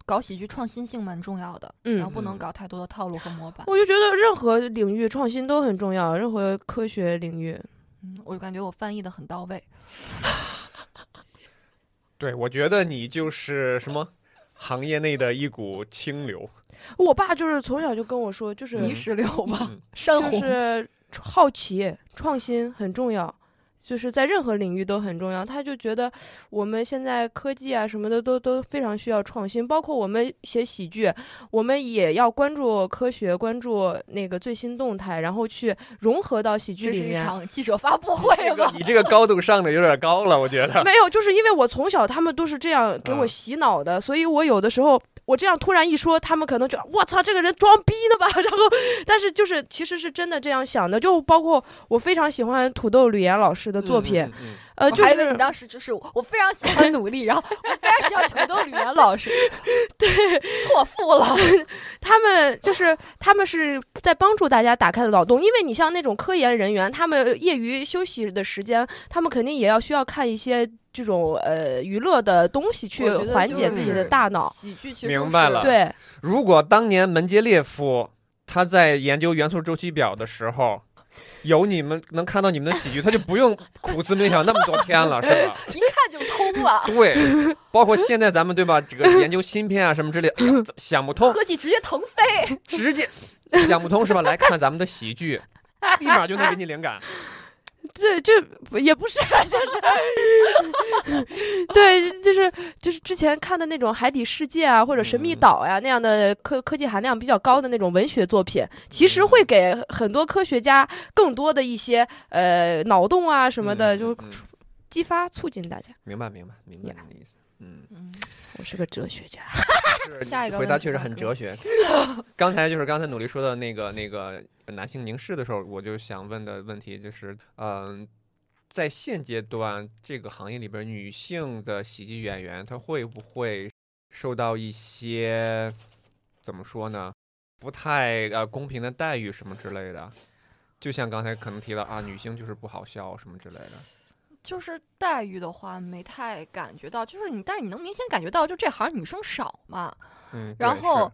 [SPEAKER 2] 搞喜剧创新性蛮重要的，然后
[SPEAKER 3] 嗯，
[SPEAKER 2] 不能
[SPEAKER 1] 嗯
[SPEAKER 2] 搞太多的套路和模板。
[SPEAKER 3] 我就觉得任何领域创新都很重要，任何科学领域，
[SPEAKER 2] 嗯，我感觉我翻译的很到位。
[SPEAKER 1] 对，我觉得你就是什么行业内的一股清
[SPEAKER 3] [LAUGHS]
[SPEAKER 1] 流。
[SPEAKER 3] 我爸就是从小就跟我说，就是
[SPEAKER 2] 泥石流吧
[SPEAKER 1] 嗯，
[SPEAKER 2] 山
[SPEAKER 3] 就
[SPEAKER 2] 洪。
[SPEAKER 3] 是好奇、创新很重要，就是在任何领域都很重要。他就觉得我们现在科技啊什么的都都非常需要创新，包括我们写喜剧，我们也要关注科学，关注那个最新动态，然后去融合到喜剧
[SPEAKER 2] 这
[SPEAKER 3] 里
[SPEAKER 2] 是一
[SPEAKER 3] 面。
[SPEAKER 2] 场记者发布会
[SPEAKER 1] 这个
[SPEAKER 2] 吧？
[SPEAKER 1] 你这个高度上的有点高了，我觉
[SPEAKER 2] [LAUGHS]
[SPEAKER 1] 得。
[SPEAKER 3] 没有，就是因为我从小他们都是这样给我
[SPEAKER 1] 嗯
[SPEAKER 3] 洗脑的，所以我有的时候我这样突然一说，他们可能觉得我操这个人装逼的吧， [LAUGHS] 然后但是就是其实是真的这样想的，就包括我非常喜欢土豆吕岩老师的作品，
[SPEAKER 1] 嗯，嗯嗯
[SPEAKER 3] 呃，就
[SPEAKER 2] 我还以为你
[SPEAKER 3] 是
[SPEAKER 2] 当时就是我，我非常喜欢努力，然后我非常喜欢土豆吕岩老师，对，错付了。
[SPEAKER 3] 他们就是他们是在帮助大家打开脑洞，因为你像那种科研人员，他们业余休息的时间，他们肯定也要需要看一些这种呃娱乐的东西去
[SPEAKER 2] 我觉得
[SPEAKER 3] 缓
[SPEAKER 2] 就
[SPEAKER 3] 解自己的
[SPEAKER 2] 是啊
[SPEAKER 3] 大脑。
[SPEAKER 2] 喜剧其实
[SPEAKER 1] 明
[SPEAKER 2] 就是
[SPEAKER 1] 白了
[SPEAKER 3] 对，
[SPEAKER 1] 如果当年门捷列夫他在研究元素周期表的时候，有你们能看到你们的喜剧，他就不用苦思冥想那么多天了，是
[SPEAKER 3] [LAUGHS]
[SPEAKER 1] 吧？
[SPEAKER 2] 一看就通了，
[SPEAKER 1] 对，包括现在咱们对吧，这个研究芯片啊什么之类的，哎呀，怎想不通，
[SPEAKER 2] 科技直接腾飞。
[SPEAKER 1] 直接想不通是吧？来看咱们的喜剧，立马就能给你灵感。
[SPEAKER 3] 对，这不也不是，啊就是， [LAUGHS] 对，就是就是之前看的那种《海底世界》啊，或者《神秘
[SPEAKER 1] 嗯
[SPEAKER 3] 岛、呀那样的科科技含量比较高的那种文学作品，其实
[SPEAKER 1] 嗯
[SPEAKER 3] 会给很多科学家更多的一些呃脑洞啊什么的，
[SPEAKER 1] 嗯
[SPEAKER 3] 就
[SPEAKER 1] 嗯嗯
[SPEAKER 3] 激发促进大家。
[SPEAKER 1] 明白明白明白
[SPEAKER 3] 呀
[SPEAKER 1] 你的意思，嗯。
[SPEAKER 2] 嗯，
[SPEAKER 3] 我是个哲学家，
[SPEAKER 1] 是
[SPEAKER 2] 下
[SPEAKER 1] 你
[SPEAKER 2] 一个
[SPEAKER 1] 回
[SPEAKER 2] 问
[SPEAKER 1] 答
[SPEAKER 2] 题
[SPEAKER 1] 确实
[SPEAKER 2] 大
[SPEAKER 1] 很
[SPEAKER 2] 哥
[SPEAKER 1] 哲
[SPEAKER 2] [LAUGHS]
[SPEAKER 1] 学。刚才就是刚才努力说的那个那个男性凝视的时候，我就想问的问题就是，嗯、在现阶段这个行业里边，女性的喜剧演员她会不会受到一些怎么说呢，不太呃公平的待遇什么之类的？就像刚才可能提到啊，女性就是不好笑什么之类的。
[SPEAKER 2] 就是待遇的话没太感觉到，就是你，但是你能明显感觉到，就这行女生少嘛。
[SPEAKER 1] 嗯，
[SPEAKER 2] 然
[SPEAKER 1] 对
[SPEAKER 2] 后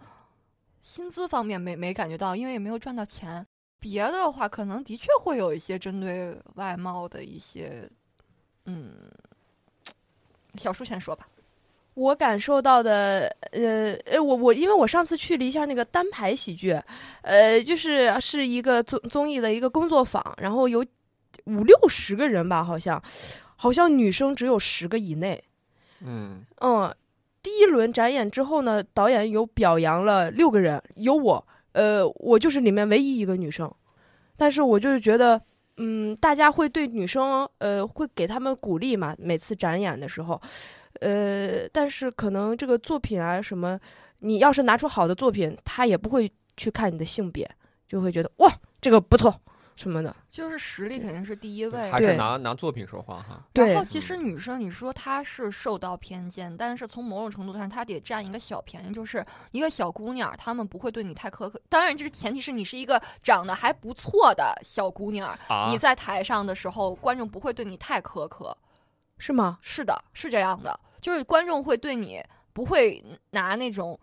[SPEAKER 2] 薪资方面没没感觉到，因为也没有赚到钱。别的话，可能的确会有一些针对外貌的一些，嗯，小叔先说吧。
[SPEAKER 3] 我感受到的，呃，呃，我我因为我上次去了一下那个单排喜剧，呃，就是是一个综综艺的一个工作坊，然后有五六十个人吧，好像，好像女生只有十个以内，
[SPEAKER 1] 是嗯
[SPEAKER 3] 嗯，第一轮展演之后呢，导演有表扬了六个人，有我，呃，我就是里面唯一一个女生，但是我就是觉得，嗯，大家会对女生，呃，会给他们鼓励嘛，每次展演的时候，呃，但是可能这个作品啊什么，你要是拿出好的作品，他也不会去看你的性别，就会觉得哇，这个不错什么的，
[SPEAKER 2] 就是实力肯定是第一位，
[SPEAKER 1] 还是
[SPEAKER 3] 对
[SPEAKER 1] 拿拿作品说话哈。
[SPEAKER 3] 对
[SPEAKER 2] 然后其实女生，你说她是受到偏见，但是从某种程度上，她得占一个小便宜，就是一个小姑娘，她们不会对你太苛刻。当然，这个前提是你是一个长得还不错的小姑娘，
[SPEAKER 1] 啊
[SPEAKER 2] 你，在台上的时候，观众不会对你太苛刻。
[SPEAKER 3] 是吗？
[SPEAKER 2] 是的，是这样的，就是观众会对你不会拿那种。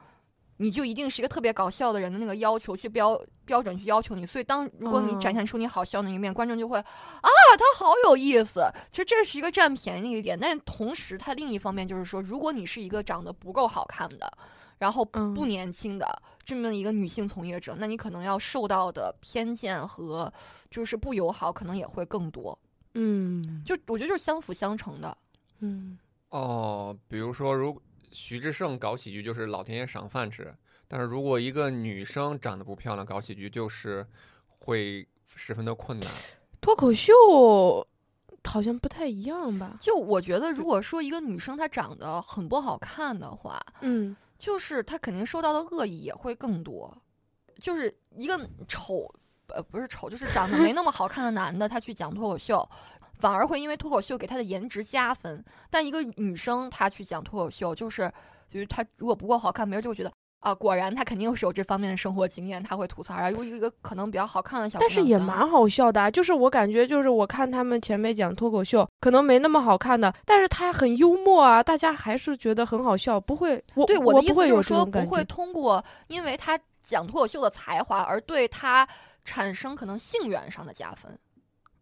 [SPEAKER 2] 你就一定是一个特别搞笑的人的那个要求去标标准去要求你，所以当如果你
[SPEAKER 3] 嗯
[SPEAKER 2] 展现出你好笑的一面，观众就会啊，他好有意思。其实这是一个占便宜的一点，但是同时它另一方面就是说，如果你是一个长得不够好看的，然后
[SPEAKER 3] 嗯
[SPEAKER 2] 不年轻的这么一个女性从业者，那你可能要受到的偏见和就是不友好可能也会更多。
[SPEAKER 3] 嗯
[SPEAKER 2] 就我觉得就是相辅相成的。
[SPEAKER 3] 嗯，
[SPEAKER 1] 哦，比如说，如徐志胜搞喜剧就是老天爷赏饭吃，但是如果一个女生长得不漂亮搞喜剧，就是会十分的困难。
[SPEAKER 3] 脱口秀好像不太一样吧？
[SPEAKER 2] 就我觉得，如果说一个女生她长得很不好看的话，
[SPEAKER 3] 嗯。
[SPEAKER 2] 就是她肯定受到的恶意也会更多。就是一个丑呃不是丑，就是长得没那么好看的男的，他去讲脱口秀，反而会因为脱口秀给他的颜值加分。但一个女生她去讲脱口秀，就是就是她如果不够好看，别人就会觉得。啊，果然她肯定是有这方面的生活经验，她会吐槽啊。如果一个可能比较好看的小姑
[SPEAKER 3] 但
[SPEAKER 2] 娘
[SPEAKER 3] 是
[SPEAKER 2] 讲，
[SPEAKER 3] 也蛮好笑的、啊，就是我感觉就是我看他们前辈讲脱口秀，可能没那么好看的，但是他很幽默啊，大家还是觉得很好笑，不会，我
[SPEAKER 2] 对
[SPEAKER 3] 我
[SPEAKER 2] 的意
[SPEAKER 3] 不
[SPEAKER 2] 思
[SPEAKER 3] 会
[SPEAKER 2] 就
[SPEAKER 3] 有
[SPEAKER 2] 是
[SPEAKER 3] 这
[SPEAKER 2] 说，
[SPEAKER 3] 种
[SPEAKER 2] 不
[SPEAKER 3] 感觉
[SPEAKER 2] 会，通过因为他讲脱口秀的才华而对他产生可能性缘上的加分，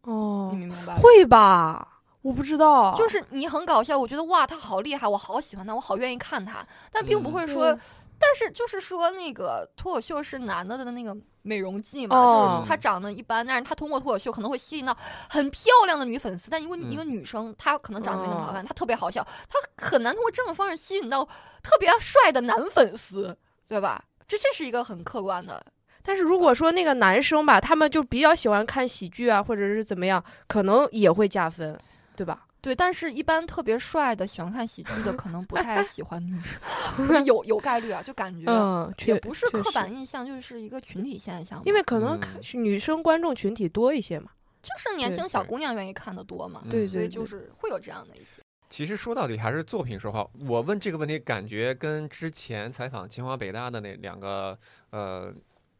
[SPEAKER 3] 哦
[SPEAKER 2] 你，明白吗？
[SPEAKER 3] 会啊吧？我不知道，
[SPEAKER 2] 就是你很搞笑，我觉得哇，他好厉害，我好喜欢他，我好愿意看他，但并不
[SPEAKER 1] 嗯
[SPEAKER 2] 会说，
[SPEAKER 3] 对
[SPEAKER 2] 但是就是说那个脱口秀是男的的那个美容计嘛，
[SPEAKER 3] 哦
[SPEAKER 2] 就是他长得一般，但是他通过脱口秀可能会吸引到很漂亮的女粉丝，但如果你一
[SPEAKER 3] 嗯
[SPEAKER 2] 个女生她可能长得没那么好
[SPEAKER 3] 哦
[SPEAKER 2] 看，她特别好笑，她很难通过这种方式吸引到特别帅的男粉丝，对吧？这这是一个很客观的，
[SPEAKER 3] 但是如果说那个男生吧，他们就比较喜欢看喜剧啊，或者是怎么样，可能也会加分，对吧？
[SPEAKER 2] 对，但是一般特别帅的喜欢看喜剧的，可能不太喜欢女生， [LAUGHS] 不是有有概率啊，就感觉
[SPEAKER 3] 嗯，
[SPEAKER 2] 也
[SPEAKER 3] 确
[SPEAKER 2] 不是
[SPEAKER 3] 确
[SPEAKER 2] 刻板
[SPEAKER 3] 实
[SPEAKER 2] 印象，就是一个群体现象嘛。
[SPEAKER 3] 因为可能
[SPEAKER 1] 嗯
[SPEAKER 3] 是女生观众群体多一些嘛。
[SPEAKER 2] 就是年
[SPEAKER 3] 对
[SPEAKER 2] 轻小
[SPEAKER 1] 对
[SPEAKER 2] 姑娘愿意看的多嘛，
[SPEAKER 1] 对
[SPEAKER 2] 嗯所以
[SPEAKER 3] 对
[SPEAKER 2] 就
[SPEAKER 3] 对
[SPEAKER 2] 是会有这样的一些。
[SPEAKER 1] 其实说到底还是作品说话。我问这个问题，感觉跟之前采访清华北大的那两个呃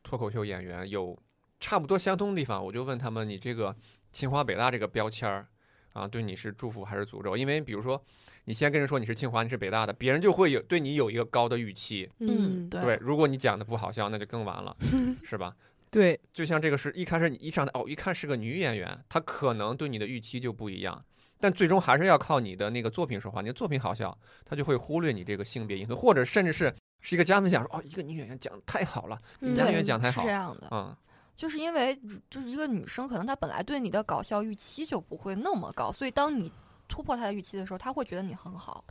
[SPEAKER 1] 脱口秀演员有差不多相通的地方。我就问他们，你这个清华北大这个标签儿啊，对你是祝福还是诅咒？因为比如说，你先跟人说你是清华，你是北大的，别人就会有对你有一个高的预期。
[SPEAKER 2] 嗯
[SPEAKER 3] 对
[SPEAKER 1] 对，如果你讲的不好笑，那就更完了，是吧？
[SPEAKER 3] 对，
[SPEAKER 1] 就像这个是一开始你一上来哦，一看是个女演员，她可能对你的预期就不一样，但最终还是要靠你的那个作品说话。你的作品好笑，她就会忽略你这个性别因素，或者甚至是是一个加分项，说哦，一个女演员讲得太好了，
[SPEAKER 3] 嗯
[SPEAKER 1] 你家
[SPEAKER 2] 对
[SPEAKER 1] 里面讲太
[SPEAKER 2] 是
[SPEAKER 1] 好
[SPEAKER 2] 这样的，
[SPEAKER 1] 嗯，
[SPEAKER 2] 就是因为就是一个女生，可能她本来对你的搞笑预期就不会那么高，所以当你突破她的预期的时候，她会觉得你很好。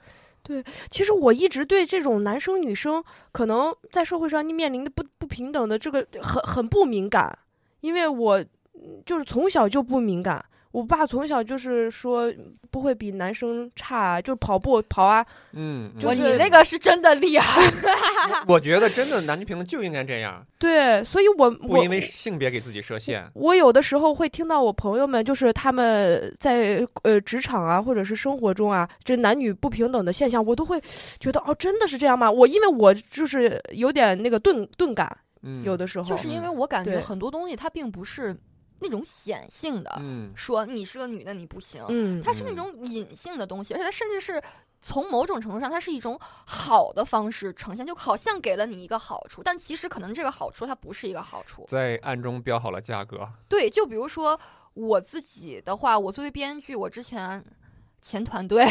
[SPEAKER 3] 其实我一直对这种男生女生可能在社会上面临的不不平等的这个很很不敏感，因为我嗯就是从小就不敏感。我爸从小就是说不会比男生差啊，就是跑步跑啊，
[SPEAKER 1] 嗯，
[SPEAKER 3] 就
[SPEAKER 2] 哇
[SPEAKER 1] 嗯
[SPEAKER 2] 你
[SPEAKER 3] 是
[SPEAKER 2] 那个是真的厉害，
[SPEAKER 1] 我觉得真的男女平等就应该这样，
[SPEAKER 3] 对，所以我
[SPEAKER 1] 不
[SPEAKER 3] 我
[SPEAKER 1] 因为性别给自己设限。
[SPEAKER 3] 我有的时候会听到我朋友们，就是他们在呃职场啊，或者是生活中啊，这男女不平等的现象，我都会觉得哦，真的是这样吗？我因为我就是有点那个钝钝感，
[SPEAKER 1] 嗯，
[SPEAKER 3] 有的时
[SPEAKER 2] [LAUGHS]
[SPEAKER 3] 候
[SPEAKER 2] 就是因为我感觉
[SPEAKER 3] 对
[SPEAKER 2] 很多东西它并不是那种显性的，
[SPEAKER 1] 嗯，
[SPEAKER 2] 说你是个女的你不行，
[SPEAKER 3] 嗯，
[SPEAKER 2] 它是那
[SPEAKER 1] 嗯
[SPEAKER 2] 种隐性的东西，而且它甚至是从某种程度上，它是一种好的方式呈现，就好像给了你一个好处，但其实可能这个好处它不是一个好处。
[SPEAKER 1] 在暗中标好了价格，
[SPEAKER 2] 对，就比如说我自己的话，我作为编剧，我之前前团队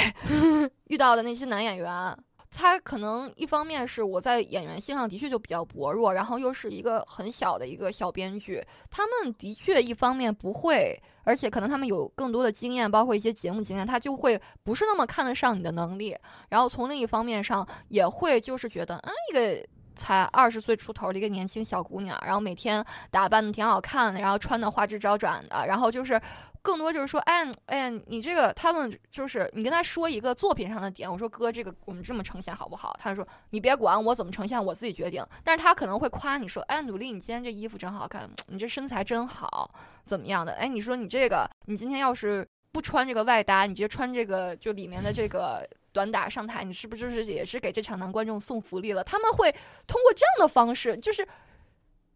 [SPEAKER 2] 遇到的那些男演员。他可能一方面是我在演员性上的确就比较薄弱，然后又是一个很小的一个小编剧，他们的确一方面不会，而且可能他们有更多的经验，包括一些节目经验，他就会不是那么看得上你的能力。然后从另一方面上也会就是觉得，啊，一个才二十岁出头的一个年轻小姑娘，然后每天打扮的挺好看的，然后穿的花枝招展的，然后就是更多就是说，哎哎，你这个他们就是你跟他说一个作品上的点，我说哥，这个我们这么呈现好不好？他就说你别管我怎么呈现，我自己决定。但是他可能会夸你说，哎，努力，你今天这衣服真好看，你这身材真好，怎么样的？哎，你说你这个，你今天要是不穿这个外搭，你直接穿这个就里面的这个。短打上台，你是不是就是也是给这场男观众送福利了？他们会通过这样的方式，就是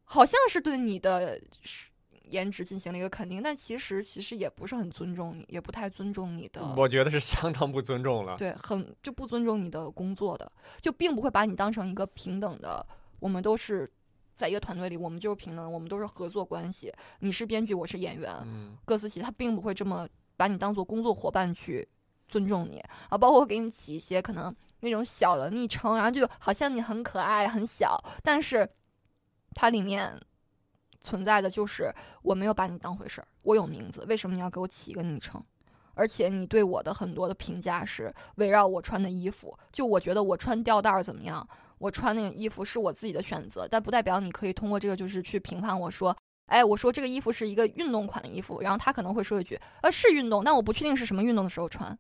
[SPEAKER 2] 好像是对你的是颜值进行了一个肯定，但其实其实也不是很尊重你，也不太尊重你的，
[SPEAKER 1] 嗯我觉得是相当不尊重了。
[SPEAKER 2] 对，很就不尊重你的工作的，就并不会把你当成一个平等的，我们都是。在一个团队里，我们就是平等的，我们都是合作关系。你是编剧，我是演员，
[SPEAKER 1] 嗯，
[SPEAKER 2] 各司其他，并不会这么把你当做工作伙伴去尊重你啊，包括给你起一些可能那种小的昵称，然后就好像你很可爱很小，但是它里面存在的就是我没有把你当回事儿，我有名字，为什么你要给我起一个昵称？而且你对我的很多的评价是围绕我穿的衣服，就我觉得我穿吊带儿怎么样，我穿那个衣服是我自己的选择，但不代表你可以通过这个就是去评判我说哎，我说这个衣服是一个运动款的衣服，然后他可能会说一句，呃，是运动，但我不确定是什么运动的时候穿。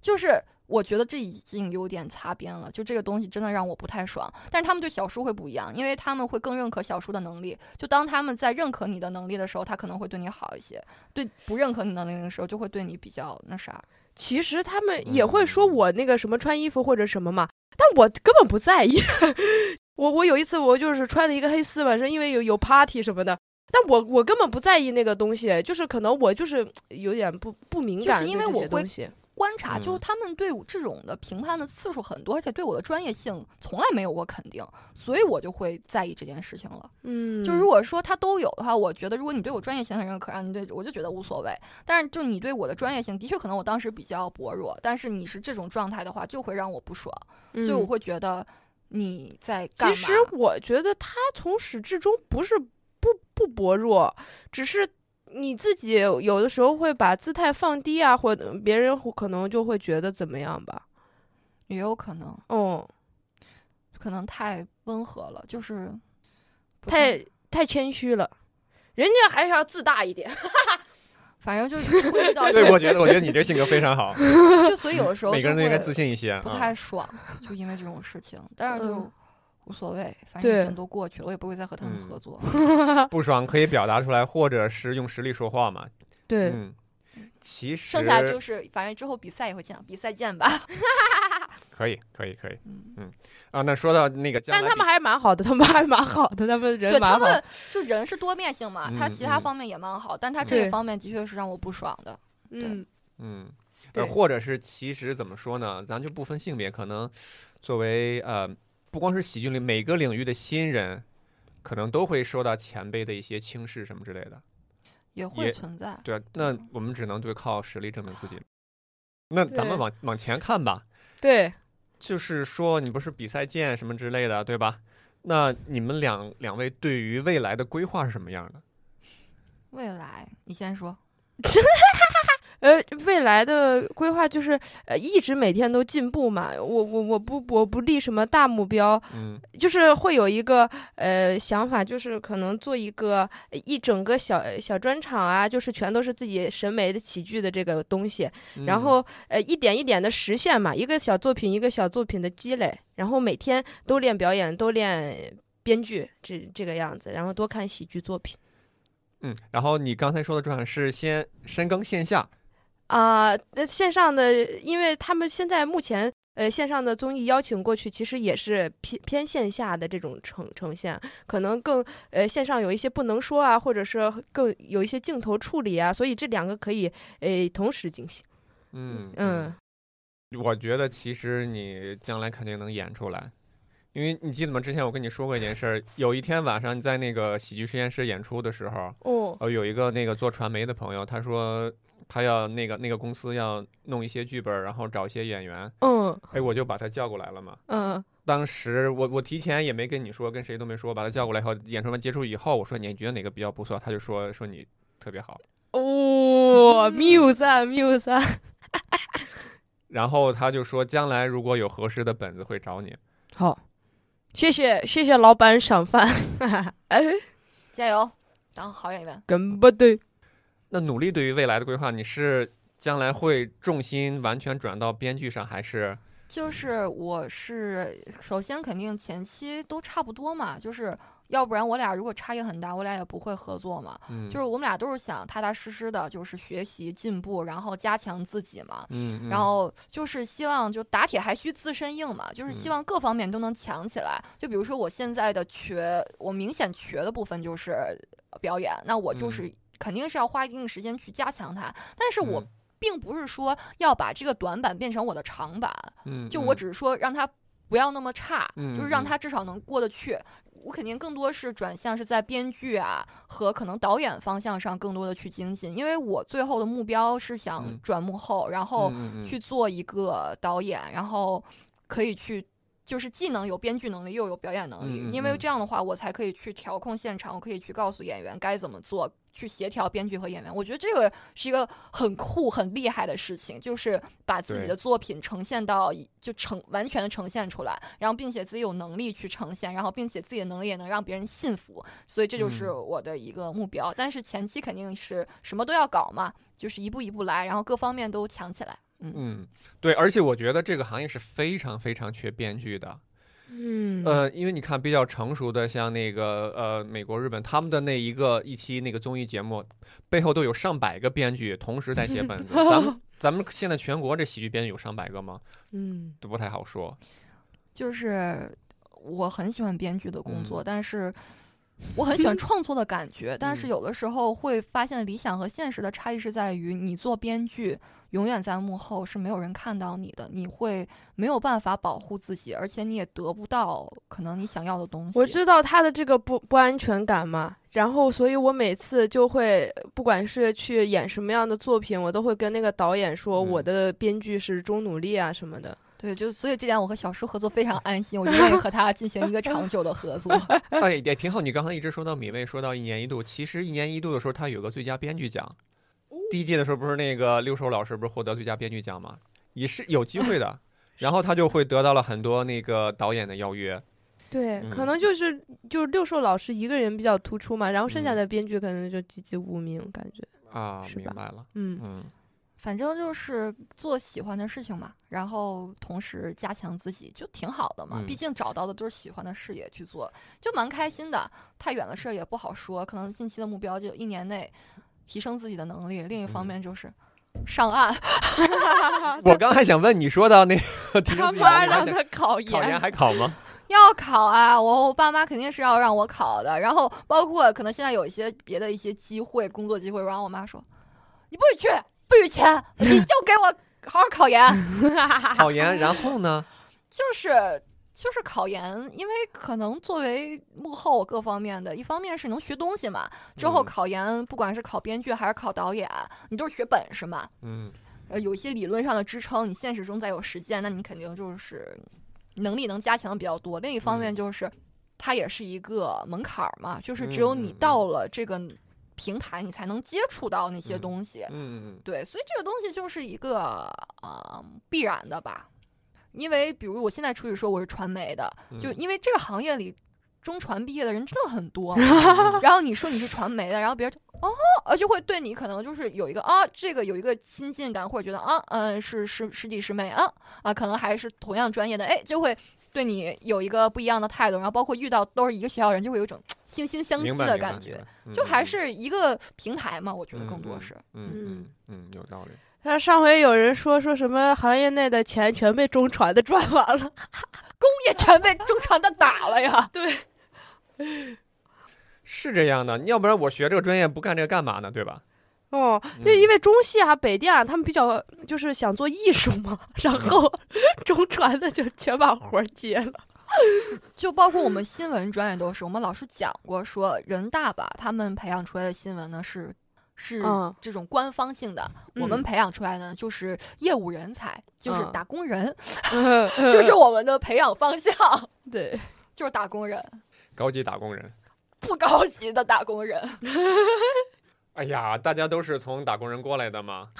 [SPEAKER 2] 就是我觉得这已经有点擦边了，就这个东西真的让我不太爽。但是他们对小叔会不一样，因为他们会更认可小叔的能力。就当他们在认可你的能力的时候，他可能会对你好一些；对不认可你的能力的时候，就会对你比较那啥。
[SPEAKER 3] 其实他们也会说我那个什么穿衣服或者什么嘛，但我根本不在意。 [LAUGHS] 我我有一次我就是穿了一个黑丝晚上因为有有 party 什么的，但我我根本不在意那个东西，就是可能我就是有点不不敏
[SPEAKER 2] 就是
[SPEAKER 3] 感，
[SPEAKER 2] 因为我会
[SPEAKER 3] 东西。
[SPEAKER 2] 观察，就
[SPEAKER 1] 嗯
[SPEAKER 2] 他们对我这种的评判的次数很多，而且对我的专业性从来没有过肯定，所以我就会在意这件事情了。
[SPEAKER 3] 嗯，
[SPEAKER 2] 就如果说他都有的话，我觉得如果你对我专业性很认可，啊，你对我就觉得无所谓。但是就你对我的专业性，的确可能我当时比较薄弱，但是你是这种状态的话，就会让我不爽，就我
[SPEAKER 3] 嗯
[SPEAKER 2] 会觉得你在干
[SPEAKER 3] 其
[SPEAKER 2] 嘛？
[SPEAKER 3] 实我觉得他从始至终不是不不薄弱，只是你自己有有的时候会把姿态放低啊，或者别人会可能就会觉得怎么样吧。
[SPEAKER 2] 也有可能，
[SPEAKER 3] 哦，
[SPEAKER 2] 可能太温和了，就是不太
[SPEAKER 3] 太太谦虚了，人家还是要自大一点。 [LAUGHS]
[SPEAKER 2] 反正就是会遇到这
[SPEAKER 1] 对，我
[SPEAKER 2] 种，
[SPEAKER 1] 觉得我觉得你这性格非常好，
[SPEAKER 2] 就所以有的时候
[SPEAKER 1] 每个
[SPEAKER 2] 就
[SPEAKER 1] 人都应该
[SPEAKER 2] 会
[SPEAKER 1] 自信一些。
[SPEAKER 2] 不
[SPEAKER 1] 啊
[SPEAKER 2] 太爽，就因为这种事情，但是就
[SPEAKER 3] 嗯
[SPEAKER 2] 无所谓，反正
[SPEAKER 3] 对
[SPEAKER 2] 疫情都过去了，我也不会再和他们合
[SPEAKER 1] 嗯
[SPEAKER 2] 作。
[SPEAKER 1] 不爽可以表达出来，或者是用实力说话嘛。
[SPEAKER 3] 对，
[SPEAKER 1] 嗯，其实
[SPEAKER 2] 剩下就是，反正之后比赛也会见，比赛见吧。
[SPEAKER 1] 可以，可以，可以
[SPEAKER 2] 嗯，
[SPEAKER 1] 啊。那说到那个将来
[SPEAKER 3] 但
[SPEAKER 1] 比，
[SPEAKER 3] 他们还蛮好的，他们还蛮好的，他们人
[SPEAKER 2] 对
[SPEAKER 3] 蛮
[SPEAKER 2] 他
[SPEAKER 3] 好。
[SPEAKER 2] 们就人是多面性嘛，他其他
[SPEAKER 1] 嗯嗯
[SPEAKER 2] 方面也蛮好，但他
[SPEAKER 1] 嗯
[SPEAKER 2] 这一
[SPEAKER 3] 对
[SPEAKER 2] 方面的确是让我不爽的。
[SPEAKER 3] 嗯，
[SPEAKER 1] 嗯，
[SPEAKER 3] 对
[SPEAKER 1] 呃，或者是其实怎么说呢？咱就不分性别，可能作为呃，不光是喜剧里每个领域的新人，可能都会受到前辈的一些轻视什么之类的。
[SPEAKER 2] 也会
[SPEAKER 1] 也
[SPEAKER 2] 存在，
[SPEAKER 1] 对啊，那
[SPEAKER 2] 嗯
[SPEAKER 1] 我们只能对靠实力证明自己。那咱们
[SPEAKER 3] 对
[SPEAKER 1] 往往前看吧，
[SPEAKER 3] 对，
[SPEAKER 1] 就是说你不是比赛见什么之类的，对吧？那你们两两位对于未来的规划是什么样的？
[SPEAKER 2] 未来你先说，
[SPEAKER 3] 呃，未来的规划就是呃，一直每天都进步嘛。我我我不我不立什么大目标， [LAUGHS]
[SPEAKER 1] 嗯
[SPEAKER 3] 就是会有一个呃想法，就是可能做一个呃一整个小小专场啊，就是全都是自己审美的喜剧的这个东西，
[SPEAKER 1] 嗯
[SPEAKER 3] 然后呃一点一点的实现嘛，一个小作品一个小作品的积累，然后每天都练表演，都练编剧，这这个样子，然后多看喜剧作品
[SPEAKER 1] 嗯，然后你刚才说的专场是先深耕线下，
[SPEAKER 3] 啊。那、线上的，因为他们现在目前。呃，线上的综艺邀请过去，其实也是偏偏线下的这种呈呈现，可能更呃线上有一些不能说啊，或者是更有一些镜头处理啊，所以这两个可以呃同时进行。
[SPEAKER 1] 嗯
[SPEAKER 3] 嗯，
[SPEAKER 1] 我觉得其实你将来肯定能演出来，因为你记得吗？之前我跟你说过一件事儿，有一天晚上你在那个喜剧实验室演出的时候，
[SPEAKER 3] 哦，
[SPEAKER 1] 呃，有一个那个做传媒的朋友，他说他要那个那个公司要弄一些剧本儿，然后找一些演员，
[SPEAKER 3] 嗯
[SPEAKER 1] 哎，我就把他叫过来了嘛。
[SPEAKER 3] 嗯
[SPEAKER 1] 当时我我提前也没跟你说，跟谁都没说，把他叫过来以后，演出完结束以后，我说你觉得哪个比较不错，他就说说你特别好，
[SPEAKER 3] [LAUGHS] 哦，谬赞谬赞，
[SPEAKER 1] 然后他就说将来如果有合适的本子会找你。
[SPEAKER 3] 好，谢谢谢谢老板赏饭， [LAUGHS] 哎，
[SPEAKER 2] 加油，当好演员。
[SPEAKER 3] 跟不对，
[SPEAKER 1] 那努力对于未来的规划，你是将来会重心完全转到编剧上，还是
[SPEAKER 2] 就是我是首先肯定前期都差不多嘛，就是要不然我俩如果差异很大，我俩也不会合作嘛。
[SPEAKER 1] 嗯，
[SPEAKER 2] 就是我们俩都是想踏踏实实的，就是学习进步，然后加强自己嘛。
[SPEAKER 1] 嗯，嗯
[SPEAKER 2] 然后就是希望就打铁还需自身硬嘛，就是希
[SPEAKER 1] 嗯
[SPEAKER 2] 望各方面都能强起来。就比如说我现在的瘸，我明显瘸的部分就是呃表演，那我就
[SPEAKER 1] 嗯
[SPEAKER 2] 是肯定是要花一定时间去加强它，但是我
[SPEAKER 1] 嗯。
[SPEAKER 2] 并不是说要把这个短板变成我的长板，
[SPEAKER 1] 嗯，
[SPEAKER 2] 就我
[SPEAKER 1] 嗯
[SPEAKER 2] 只是说让它不要那么差，就是
[SPEAKER 1] 嗯嗯
[SPEAKER 2] 让
[SPEAKER 1] 嗯
[SPEAKER 2] 它至少能过得去。我肯定更多是转向是在编剧啊和可能导演方向上更多的去精进，因为我最后的目标是想
[SPEAKER 1] 嗯
[SPEAKER 2] 转幕后，然后
[SPEAKER 1] 嗯嗯嗯
[SPEAKER 2] 去做一个导演，然后可以去。就是既能有编剧能力，又有表演能力，
[SPEAKER 1] 嗯嗯
[SPEAKER 2] 因为
[SPEAKER 1] 嗯
[SPEAKER 2] 这样的话，我才可以去调控现场，我可以去告诉演员该怎么做，去协调编剧和演员。我觉得这个是一个很酷、很厉害的事情，就是把自己
[SPEAKER 1] 对
[SPEAKER 2] 的作品呈现到一就呈完全的呈现出来，然后并且自己有能力去呈现，然后并且自己的能力也能让别人信服，所以这就是
[SPEAKER 1] 嗯
[SPEAKER 2] 我的一个目标。但是前期肯定是什么都要搞嘛，就是一步一步来，然后各方面都强起来。
[SPEAKER 1] 嗯，对，而且我觉得这个行业是非常非常缺编剧的。
[SPEAKER 3] 嗯，
[SPEAKER 1] 呃，因为你看比较成熟的，像那个呃美国、日本，他们的那一个一期那个综艺节目，背后都有上百个编剧同时在写本子。咱
[SPEAKER 3] [LAUGHS]
[SPEAKER 1] 们咱们现在全国这喜剧编剧有上百个吗？
[SPEAKER 3] 嗯
[SPEAKER 1] 都不太好说。
[SPEAKER 2] 就是我很喜欢编剧的工作，
[SPEAKER 1] 嗯
[SPEAKER 2] 但是我很喜欢创作的感觉，但
[SPEAKER 3] 嗯
[SPEAKER 2] 是有的时候会发现理想和现实的差异是在于，你做编剧永远在幕后是没有人看到你的，你会没有办法保护自己，而且你也得不到可能你想要的东西。
[SPEAKER 3] 我知道他的这个不不安全感嘛，然后所以我每次就会，不管是去演什么样的作品，我都会跟那个导演说，
[SPEAKER 1] 嗯
[SPEAKER 3] 我的编剧是钟努力啊什么的。
[SPEAKER 2] 对，就所以这点我和小叔合作非常安心，我就愿意和他进行一个长久的合作。
[SPEAKER 1] 哎，也挺好。你刚才一直说到米未，说到一年一度，其实一年一度的时候，它有个最佳编剧奖。
[SPEAKER 3] 哦
[SPEAKER 1] 第一届的时候，不是那个六兽老师不是获得最佳编剧奖吗？也是有机会
[SPEAKER 3] [LAUGHS]
[SPEAKER 1] 的。然后他就会得到了很多那个导演的邀约。
[SPEAKER 3] 对，
[SPEAKER 1] 嗯
[SPEAKER 3] 可能就是就是六兽老师一个人比较突出嘛，然后剩下
[SPEAKER 1] 嗯
[SPEAKER 3] 的编剧可能就籍籍无名，感觉。
[SPEAKER 1] 啊，
[SPEAKER 3] 是
[SPEAKER 1] 明
[SPEAKER 3] 吧
[SPEAKER 1] 白了。
[SPEAKER 3] 嗯，
[SPEAKER 1] 嗯，
[SPEAKER 2] 反正就是做喜欢的事情嘛，然后同时加强自己，就挺好的嘛。
[SPEAKER 1] 嗯
[SPEAKER 2] 毕竟找到的都是喜欢的事业去做，就蛮开心的。太远的事儿也不好说，可能近期的目标就一年内提升自己的能力。另一方面就是上岸， [LAUGHS]
[SPEAKER 1] 我刚还想问你说到那
[SPEAKER 2] [LAUGHS]
[SPEAKER 1] 个提升自己能力还想
[SPEAKER 3] 考
[SPEAKER 1] 考研还考吗？
[SPEAKER 2] 要考啊！我我爸妈肯定是要让我考的。然后包括可能现在有一些别的一些机会，工作机会，然后我妈说：“你不许去，不许签，你就给我好好考研。”
[SPEAKER 1] 考研，然后呢？
[SPEAKER 2] 就是就是考研，因为可能作为幕后各方面的，一方面是能学东西嘛，之后
[SPEAKER 1] 嗯
[SPEAKER 2] 考研，不管是考编剧还是考导演，你都是学本事嘛，
[SPEAKER 1] 嗯，
[SPEAKER 2] 呃，有一些理论上的支撑，你现实中再有实践，那你肯定就是能力能加强的比较多。另一方面
[SPEAKER 1] 嗯
[SPEAKER 2] 就是，它也是一个门槛儿嘛，就是只有你
[SPEAKER 1] 嗯嗯嗯
[SPEAKER 2] 到了这个平台，你才能接触到那些
[SPEAKER 1] 嗯
[SPEAKER 2] 东西。
[SPEAKER 1] 嗯
[SPEAKER 2] 对，所以这个东西就是一个呃必然的吧，因为比如我现在出去说我是传媒的，
[SPEAKER 1] 嗯，
[SPEAKER 2] 就
[SPEAKER 1] 嗯
[SPEAKER 2] 因为这个行业里中传毕业的人真的很多，然后你说你是传媒的，然后别人就哦，而且会对你可能就是有一个啊，这个有一个亲近感，或者觉得啊，嗯，是师师弟师妹啊啊，可能还是同样专业的，哎，就会。对你有一个不一样的态度，然后包括遇到都是一个学校人，就会有一种惺惺相惜
[SPEAKER 1] 明白
[SPEAKER 2] 的
[SPEAKER 1] 明白
[SPEAKER 2] 感觉
[SPEAKER 1] 明，白嗯
[SPEAKER 2] 就还
[SPEAKER 1] 嗯
[SPEAKER 2] 是一个平台嘛，我觉得更
[SPEAKER 1] 嗯
[SPEAKER 2] 多
[SPEAKER 1] 嗯
[SPEAKER 2] 是。
[SPEAKER 1] 嗯嗯嗯有道理。
[SPEAKER 3] 但是上回有人说说什么行业内的钱全被中传的 [LAUGHS] 赚完了，
[SPEAKER 2] 工 [LAUGHS] 业全被中传的打了 [LAUGHS] 呀。
[SPEAKER 1] 是这样的，要不然我学这个专业不干这个干嘛呢？对吧？
[SPEAKER 3] 哦，
[SPEAKER 1] 嗯
[SPEAKER 3] 就因为中戏啊、北电啊，他们比较就是想做艺术嘛，然后 [LAUGHS] 中传的就全把活儿接了。
[SPEAKER 2] 就包括我们新闻专业都是，我们老师讲过说，人大吧，他们培养出来的新闻呢是是
[SPEAKER 3] 嗯
[SPEAKER 2] 这种官方性的，我
[SPEAKER 3] 嗯
[SPEAKER 2] 们培养出来的就是业务人才，就是
[SPEAKER 3] 嗯
[SPEAKER 2] 打工
[SPEAKER 3] [LAUGHS]
[SPEAKER 2] 人，
[SPEAKER 3] 就
[SPEAKER 2] 就是我们的培养方向， [LAUGHS]
[SPEAKER 3] 对，
[SPEAKER 2] 就是打工人，
[SPEAKER 1] 高级打工人。
[SPEAKER 2] 不高级的打工人。
[SPEAKER 1] 哎呀，大家都是从打工人过来的嘛。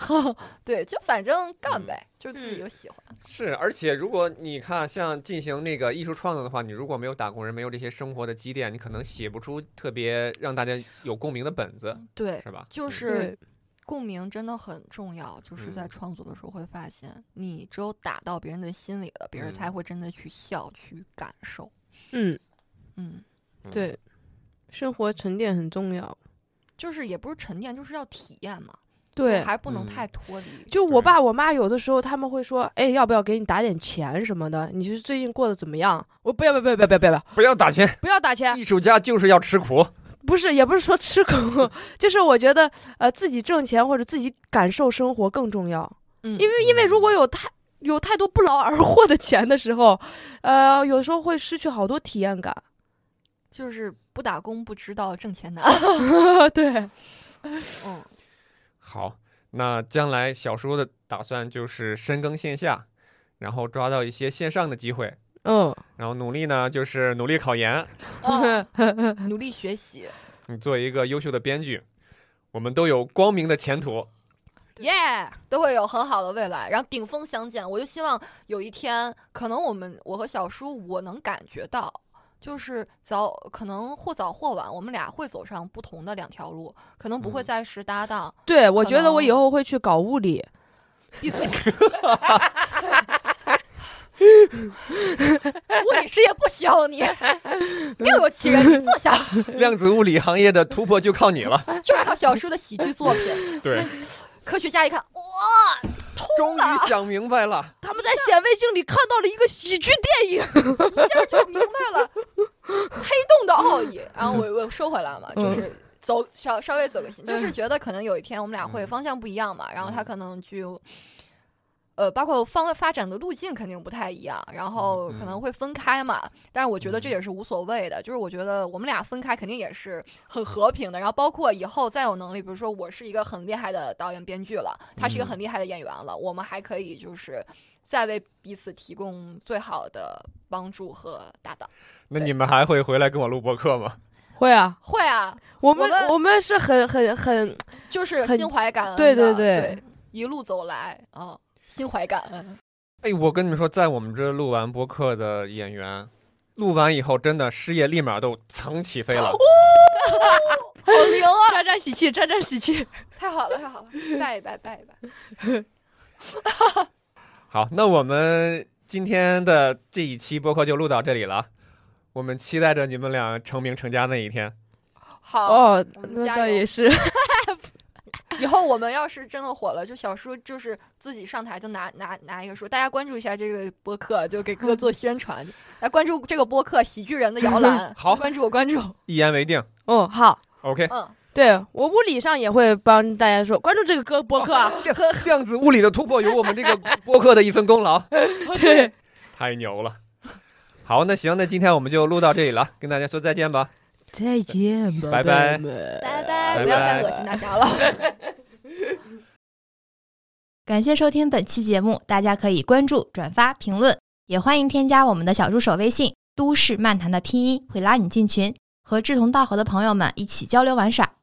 [SPEAKER 2] 对，就反正干
[SPEAKER 1] 嗯
[SPEAKER 2] 呗，就是自己
[SPEAKER 3] 嗯
[SPEAKER 2] 有喜欢。
[SPEAKER 1] 是，而且如果你看像进行那个艺术创作的话，你如果没有打工人，没有这些生活的积淀，你可能写不出特别让大家有共鸣的本子，
[SPEAKER 2] 对，
[SPEAKER 1] 是吧？
[SPEAKER 2] 就
[SPEAKER 1] 嗯
[SPEAKER 2] 是共鸣真的很重要，就是在
[SPEAKER 1] 嗯
[SPEAKER 2] 创作的时候会发现，你只有打到别人的心里了，别人
[SPEAKER 1] 嗯
[SPEAKER 2] 才会真的去笑、去感受。
[SPEAKER 3] 嗯，
[SPEAKER 2] 嗯，
[SPEAKER 1] 嗯
[SPEAKER 3] 对，生活沉淀很重要。
[SPEAKER 2] 就是也不是沉淀，就是要体验嘛，
[SPEAKER 3] 对
[SPEAKER 2] 就，还不能
[SPEAKER 1] 嗯
[SPEAKER 2] 太脱离。
[SPEAKER 3] 就我
[SPEAKER 1] 对
[SPEAKER 3] 爸我妈有的时候他们会说，哎，要不要给你打点钱什么的？你是最近过得怎么样？我不要不要不要不要不要不要
[SPEAKER 1] 不要打钱，
[SPEAKER 3] 不要打钱，
[SPEAKER 1] 艺术家就是要吃苦。
[SPEAKER 3] 不是也不是说吃苦， [LAUGHS] 就是我觉得呃自己挣钱或者自己感受生活更重要。
[SPEAKER 2] 嗯，
[SPEAKER 3] 因为因为如果有太有太多不劳而获的钱的时候，呃，有时候会失去好多体验感。
[SPEAKER 2] 就是不打工不知道挣
[SPEAKER 3] [LAUGHS]
[SPEAKER 2] 钱难。
[SPEAKER 3] 啊对，
[SPEAKER 2] 嗯，
[SPEAKER 1] 好，那将来小叔的打算就是深耕线下，然后抓到一些线上的机会，
[SPEAKER 3] 嗯，
[SPEAKER 1] 然后努力呢就是努力考研，
[SPEAKER 2] 哦努力学习，
[SPEAKER 1] 你做一个优秀的编剧，我们都有光明的前途。
[SPEAKER 3] [LAUGHS] 耶、
[SPEAKER 2] 都会有很好的未来，然后顶峰相见。我就希望有一天，可能我们我和小叔，我能感觉到，就是早可能或早或晚，我们俩会走上不同的两条路，可能不会
[SPEAKER 1] 嗯
[SPEAKER 2] 再是搭档。
[SPEAKER 3] [LAUGHS] 对，我
[SPEAKER 2] 可
[SPEAKER 3] 觉得我以
[SPEAKER 2] 能
[SPEAKER 3] 后会去搞物理。
[SPEAKER 2] 闭嘴！物理师也不需要你，六有其人，你坐下，
[SPEAKER 1] 量子物理行业的突破就靠你
[SPEAKER 3] [LAUGHS]
[SPEAKER 1] 了。
[SPEAKER 2] 就靠小叔的喜剧作品。
[SPEAKER 1] 对，
[SPEAKER 2] 科学家一看，哇，
[SPEAKER 1] 终
[SPEAKER 3] 啊
[SPEAKER 1] 于想明白了，
[SPEAKER 3] 他们在显微镜里看到了一个喜剧电影。
[SPEAKER 2] 就明白了黑洞的奥义。然后我我说回来嘛，就是走稍稍微走个心，就是觉得可能有一天我们俩会方向不一样嘛，然后他可能就。呃，包括方发展的路径肯定不太一样，然后可能会分开嘛。但是我觉得这也是无所谓的，就是我觉得我们俩分开肯定也是很和平的。然后包括以后再有能力，比如说我是一个很厉害的导演编剧了，他是一个
[SPEAKER 1] 嗯
[SPEAKER 2] 很厉害的演员了，我们还可以就是再为彼此提供最好的帮助和搭档。
[SPEAKER 1] 那你们还会回来跟我录播客吗？
[SPEAKER 3] 会啊，
[SPEAKER 2] 会啊，
[SPEAKER 3] 我们哦
[SPEAKER 2] 我们
[SPEAKER 3] 我们是很很很
[SPEAKER 2] 就是
[SPEAKER 3] 很
[SPEAKER 2] 心怀感恩的，
[SPEAKER 3] 对对对
[SPEAKER 2] 对一路走来啊、心怀感恩。
[SPEAKER 1] 哎，我跟你们说，在我们这录完播客的演员，录完以后真的事业立马都层起飞了。
[SPEAKER 2] 好灵啊！
[SPEAKER 3] 沾沾喜气，沾沾喜气。
[SPEAKER 2] 太好了，太好了，拜一拜，拜一拜。
[SPEAKER 1] 好，那我们今天的这一期播客就录到这里了，啊我们期待着你们俩成名成家那一天。
[SPEAKER 2] 好，
[SPEAKER 3] 哦
[SPEAKER 2] 我，们
[SPEAKER 3] 那
[SPEAKER 2] 加
[SPEAKER 3] 倒
[SPEAKER 2] 油
[SPEAKER 3] 也是。
[SPEAKER 2] 以后我们要是真的火了，就小叔就是自己上台就拿拿拿一个书，大家关注一下这个播客，就给哥 [LAUGHS] 做宣传，来关注这个播客《喜剧人的摇 [LAUGHS] 篮》。
[SPEAKER 1] 好
[SPEAKER 2] 关注我，关注。
[SPEAKER 1] 一言为定
[SPEAKER 3] 嗯，好，
[SPEAKER 1] ，OK。
[SPEAKER 2] 嗯，
[SPEAKER 3] 对我物理上也会帮大家说关注这个歌播客 [LAUGHS] 啊。
[SPEAKER 1] 量量子物理的突破有我们这个播客的一份功劳，
[SPEAKER 3] 哦
[SPEAKER 2] 对，
[SPEAKER 1] 太牛了。好，那行，那今天我们就录到这里了，跟大家说再见吧。
[SPEAKER 3] 再见，宝
[SPEAKER 1] 拜拜
[SPEAKER 3] 贝们
[SPEAKER 2] 拜
[SPEAKER 1] 拜
[SPEAKER 2] 拜，不要再恶心大家了。
[SPEAKER 5] 感谢收听本期节目，大家可以关注、转发、评论，也欢迎添加我们的小助手微信“都市漫谈”的拼音，会拉你进群，和志同道合的朋友们一起交流玩耍。